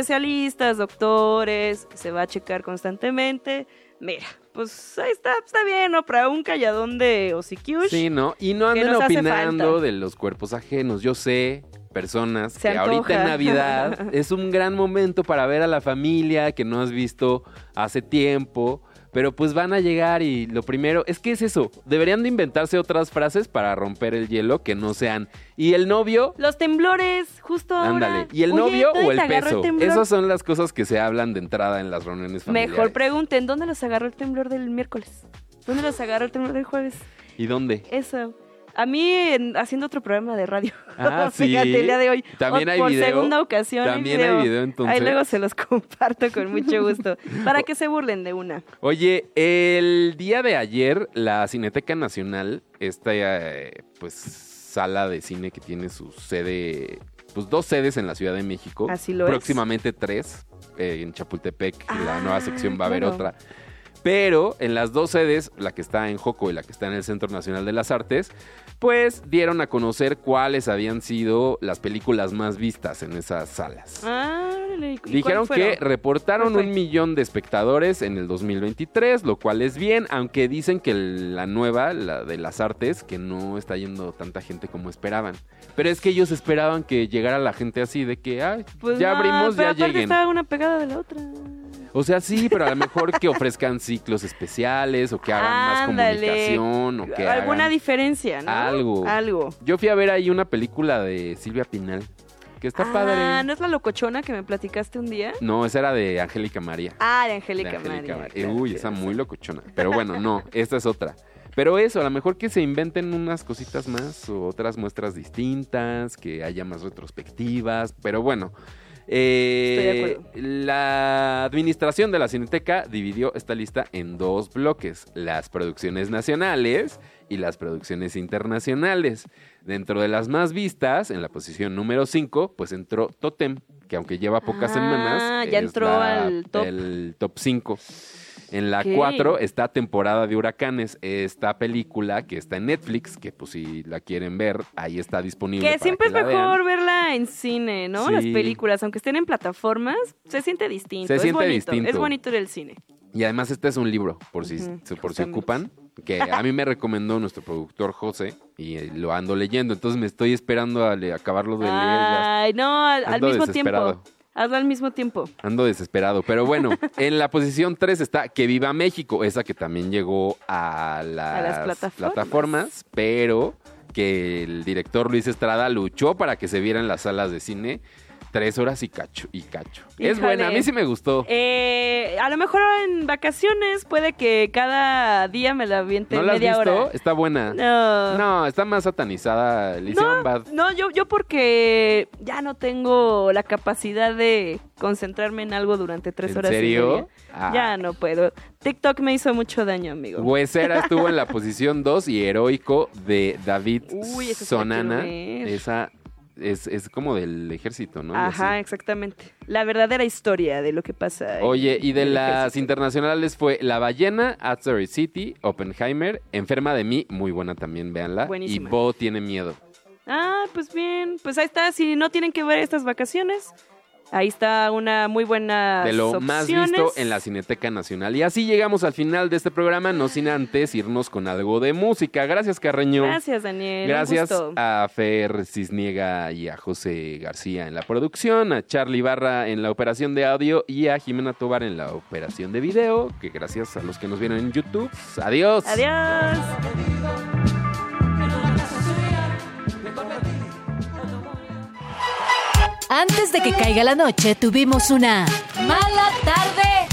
[SPEAKER 2] especialistas, doctores, se va a checar constantemente. Mira, pues ahí está, está bien, ¿no? Para un calladón de Osikiush.
[SPEAKER 3] Sí, ¿no? Y no
[SPEAKER 2] que
[SPEAKER 3] anden
[SPEAKER 2] nos hace
[SPEAKER 3] opinando
[SPEAKER 2] falta.
[SPEAKER 3] de los cuerpos ajenos. Yo sé, personas,
[SPEAKER 2] Se
[SPEAKER 3] que ahorita en
[SPEAKER 2] antoja.
[SPEAKER 3] Navidad es un gran momento para ver a la familia que no has visto hace tiempo. Pero pues van a llegar y lo primero, es que es eso, deberían de inventarse otras frases para romper el hielo que no sean. Y el novio,
[SPEAKER 2] Los temblores, justo ahora.
[SPEAKER 3] ándale. Y el
[SPEAKER 2] Oye,
[SPEAKER 3] novio
[SPEAKER 2] ¿dónde
[SPEAKER 3] o el
[SPEAKER 2] te agarró
[SPEAKER 3] peso.
[SPEAKER 2] temblor?
[SPEAKER 3] Esas son las cosas que se hablan de entrada en las reuniones familiares.
[SPEAKER 2] Mejor pregunten, ¿dónde los agarró el temblor del miércoles? ¿Dónde los agarró el temblor del jueves?
[SPEAKER 3] ¿Y dónde?
[SPEAKER 2] Eso. A mí, en- haciendo otro programa de radio.
[SPEAKER 3] Ah, sí.
[SPEAKER 2] Fíjate, el día de hoy.
[SPEAKER 3] También
[SPEAKER 2] o-
[SPEAKER 3] hay
[SPEAKER 2] por
[SPEAKER 3] video.
[SPEAKER 2] segunda ocasión.
[SPEAKER 3] También hay video, entonces.
[SPEAKER 2] Ahí luego se los comparto con mucho gusto. Para que se burlen de una.
[SPEAKER 3] Oye, el día de ayer la Cineteca Nacional, esta eh, pues sala de cine que tiene su sede, pues dos sedes en la Ciudad de México,
[SPEAKER 2] Así lo es.
[SPEAKER 3] próximamente tres eh, en Chapultepec, la
[SPEAKER 2] Ah,
[SPEAKER 3] nueva sección va a haber
[SPEAKER 2] claro.
[SPEAKER 3] otra. Pero en las dos sedes, la que está en Joco y la que está en el Centro Nacional de las Artes, pues dieron a conocer cuáles habían sido las películas más vistas en esas salas.
[SPEAKER 2] Ah, órale, ¿y cu- y
[SPEAKER 3] Dijeron
[SPEAKER 2] cuál
[SPEAKER 3] que
[SPEAKER 2] fueron?
[SPEAKER 3] reportaron
[SPEAKER 2] ¿Cuál fue?
[SPEAKER 3] un millón de espectadores en el 2023, lo cual es bien, aunque dicen que la nueva, la de las artes, que no está yendo tanta gente como esperaban. Pero es que ellos esperaban que llegara la gente así, de que, "Ay,
[SPEAKER 2] Pues
[SPEAKER 3] ya
[SPEAKER 2] no, pero
[SPEAKER 3] abrimos, ya
[SPEAKER 2] aparte
[SPEAKER 3] lleguen.
[SPEAKER 2] estaba una pegada de la otra.
[SPEAKER 3] O sea, sí, pero a lo mejor que ofrezcan ciclos especiales o que hagan más
[SPEAKER 2] Ándale.
[SPEAKER 3] comunicación o que
[SPEAKER 2] Alguna
[SPEAKER 3] hagan...
[SPEAKER 2] diferencia, ¿no?
[SPEAKER 3] algo.
[SPEAKER 2] Algo.
[SPEAKER 3] Yo fui a ver ahí una película de Silvia Pinal. que está
[SPEAKER 2] ah,
[SPEAKER 3] padre.
[SPEAKER 2] ¿no es la locochona que me platicaste un día?
[SPEAKER 3] No, esa era de Angélica María.
[SPEAKER 2] Ah, de Angélica,
[SPEAKER 3] De Angélica
[SPEAKER 2] María.
[SPEAKER 3] María.
[SPEAKER 2] claro,
[SPEAKER 3] Uy,
[SPEAKER 2] sí, sí.
[SPEAKER 3] esa muy locochona. Pero bueno, no, esta es otra. Pero eso, a lo mejor que se inventen unas cositas más o otras muestras distintas, que haya más retrospectivas, pero bueno. eh,
[SPEAKER 2] Estoy
[SPEAKER 3] la administración de la Cineteca dividió esta lista en dos bloques, las producciones nacionales y las producciones internacionales. Dentro de las más vistas, en la posición número 5, pues entró Totem, que aunque lleva pocas
[SPEAKER 2] Ah,
[SPEAKER 3] semanas,
[SPEAKER 2] ya
[SPEAKER 3] es
[SPEAKER 2] entró
[SPEAKER 3] la-
[SPEAKER 2] al top.
[SPEAKER 3] el top 5. En la
[SPEAKER 2] Ok.
[SPEAKER 3] 4 está Temporada de Huracanes, esta película que está en Netflix, que pues si la quieren ver, ahí está disponible.
[SPEAKER 2] Que
[SPEAKER 3] para
[SPEAKER 2] siempre es
[SPEAKER 3] la vean.
[SPEAKER 2] mejor verla en cine, ¿no? Las
[SPEAKER 3] Sí.
[SPEAKER 2] películas, aunque estén en plataformas, se siente distinto.
[SPEAKER 3] Se
[SPEAKER 2] es
[SPEAKER 3] siente
[SPEAKER 2] bonito,
[SPEAKER 3] distinto.
[SPEAKER 2] Es bonito ir al cine.
[SPEAKER 3] Y además este es un libro, por si,
[SPEAKER 2] Ujú,
[SPEAKER 3] si- por si
[SPEAKER 2] justamente.
[SPEAKER 3] ocupan, que a mí me recomendó nuestro productor José y eh, lo ando leyendo, entonces me estoy esperando a le- acabarlo de leer. ya.
[SPEAKER 2] Ay, no, al, Ah, al
[SPEAKER 3] Ando
[SPEAKER 2] mismo
[SPEAKER 3] desesperado.
[SPEAKER 2] tiempo. Hazlo al mismo tiempo.
[SPEAKER 3] Ando desesperado, pero bueno, en la posición 3 está Que Viva México, esa que también llegó a las,
[SPEAKER 2] las plataformas.
[SPEAKER 3] plataformas, pero que el director Luis Estrada luchó para que se viera en las salas de cine tres horas y cacho. Y cacho. Es
[SPEAKER 2] Híjole.
[SPEAKER 3] buena, a mí sí me gustó.
[SPEAKER 2] Eh, a lo mejor en vacaciones puede que cada día me la aviente
[SPEAKER 3] ¿No la has
[SPEAKER 2] media
[SPEAKER 3] visto?
[SPEAKER 2] hora.
[SPEAKER 3] Está buena.
[SPEAKER 2] No.
[SPEAKER 3] No, está más satanizada. Le hicieron bad.
[SPEAKER 2] No, yo, yo porque ya no tengo la capacidad de concentrarme en algo durante tres
[SPEAKER 3] ¿En
[SPEAKER 2] horas. y media.
[SPEAKER 3] serio? Ah.
[SPEAKER 2] Ya no puedo. TikTok me hizo mucho daño, amigo.
[SPEAKER 3] Huesera estuvo en la posición 2 y Heroico de David
[SPEAKER 2] Uy, esa sí la
[SPEAKER 3] Sonana.
[SPEAKER 2] quiero ver.
[SPEAKER 3] Esa es, es como del ejército, ¿no? Y
[SPEAKER 2] Ajá,
[SPEAKER 3] así.
[SPEAKER 2] exactamente. La verdadera historia de lo que pasa. en-
[SPEAKER 3] Oye, y de
[SPEAKER 2] en el
[SPEAKER 3] las
[SPEAKER 2] ejército.
[SPEAKER 3] internacionales fue La Ballena, Atzery City, Oppenheimer, Enferma de mí, muy buena también, véanla.
[SPEAKER 2] Buenísima.
[SPEAKER 3] Y Bo tiene miedo.
[SPEAKER 2] Ah, pues bien. Pues ahí está. Si no tienen que ver estas vacaciones, ahí está una muy buena.
[SPEAKER 3] de lo más
[SPEAKER 2] opciones.
[SPEAKER 3] visto en la Cineteca Nacional. Y así llegamos al final de este programa, no sin antes irnos con algo de música. Gracias, Carreño.
[SPEAKER 2] Gracias, Daniel. un
[SPEAKER 3] Gracias
[SPEAKER 2] gusto.
[SPEAKER 3] a Fer Cisniega y a José García en la producción, a Charlie Barra en la operación de audio y a Jimena Tobar en la operación de video, que gracias a los que nos vieron en YouTube. Adiós.
[SPEAKER 2] Adiós.
[SPEAKER 1] Antes de que caiga la noche, tuvimos una mala tarde.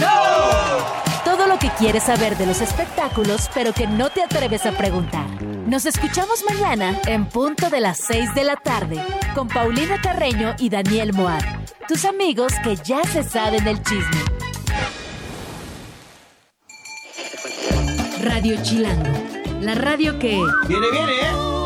[SPEAKER 1] ¡No! Todo lo que quieres saber de los espectáculos, pero que no te atreves a preguntar. Nos escuchamos mañana en punto de las 6 de la tarde con Paulina Carreño y Daniel Moab, tus amigos que ya se saben del chisme. Radio Chilango, la radio que
[SPEAKER 4] Viene, viene, ¿eh?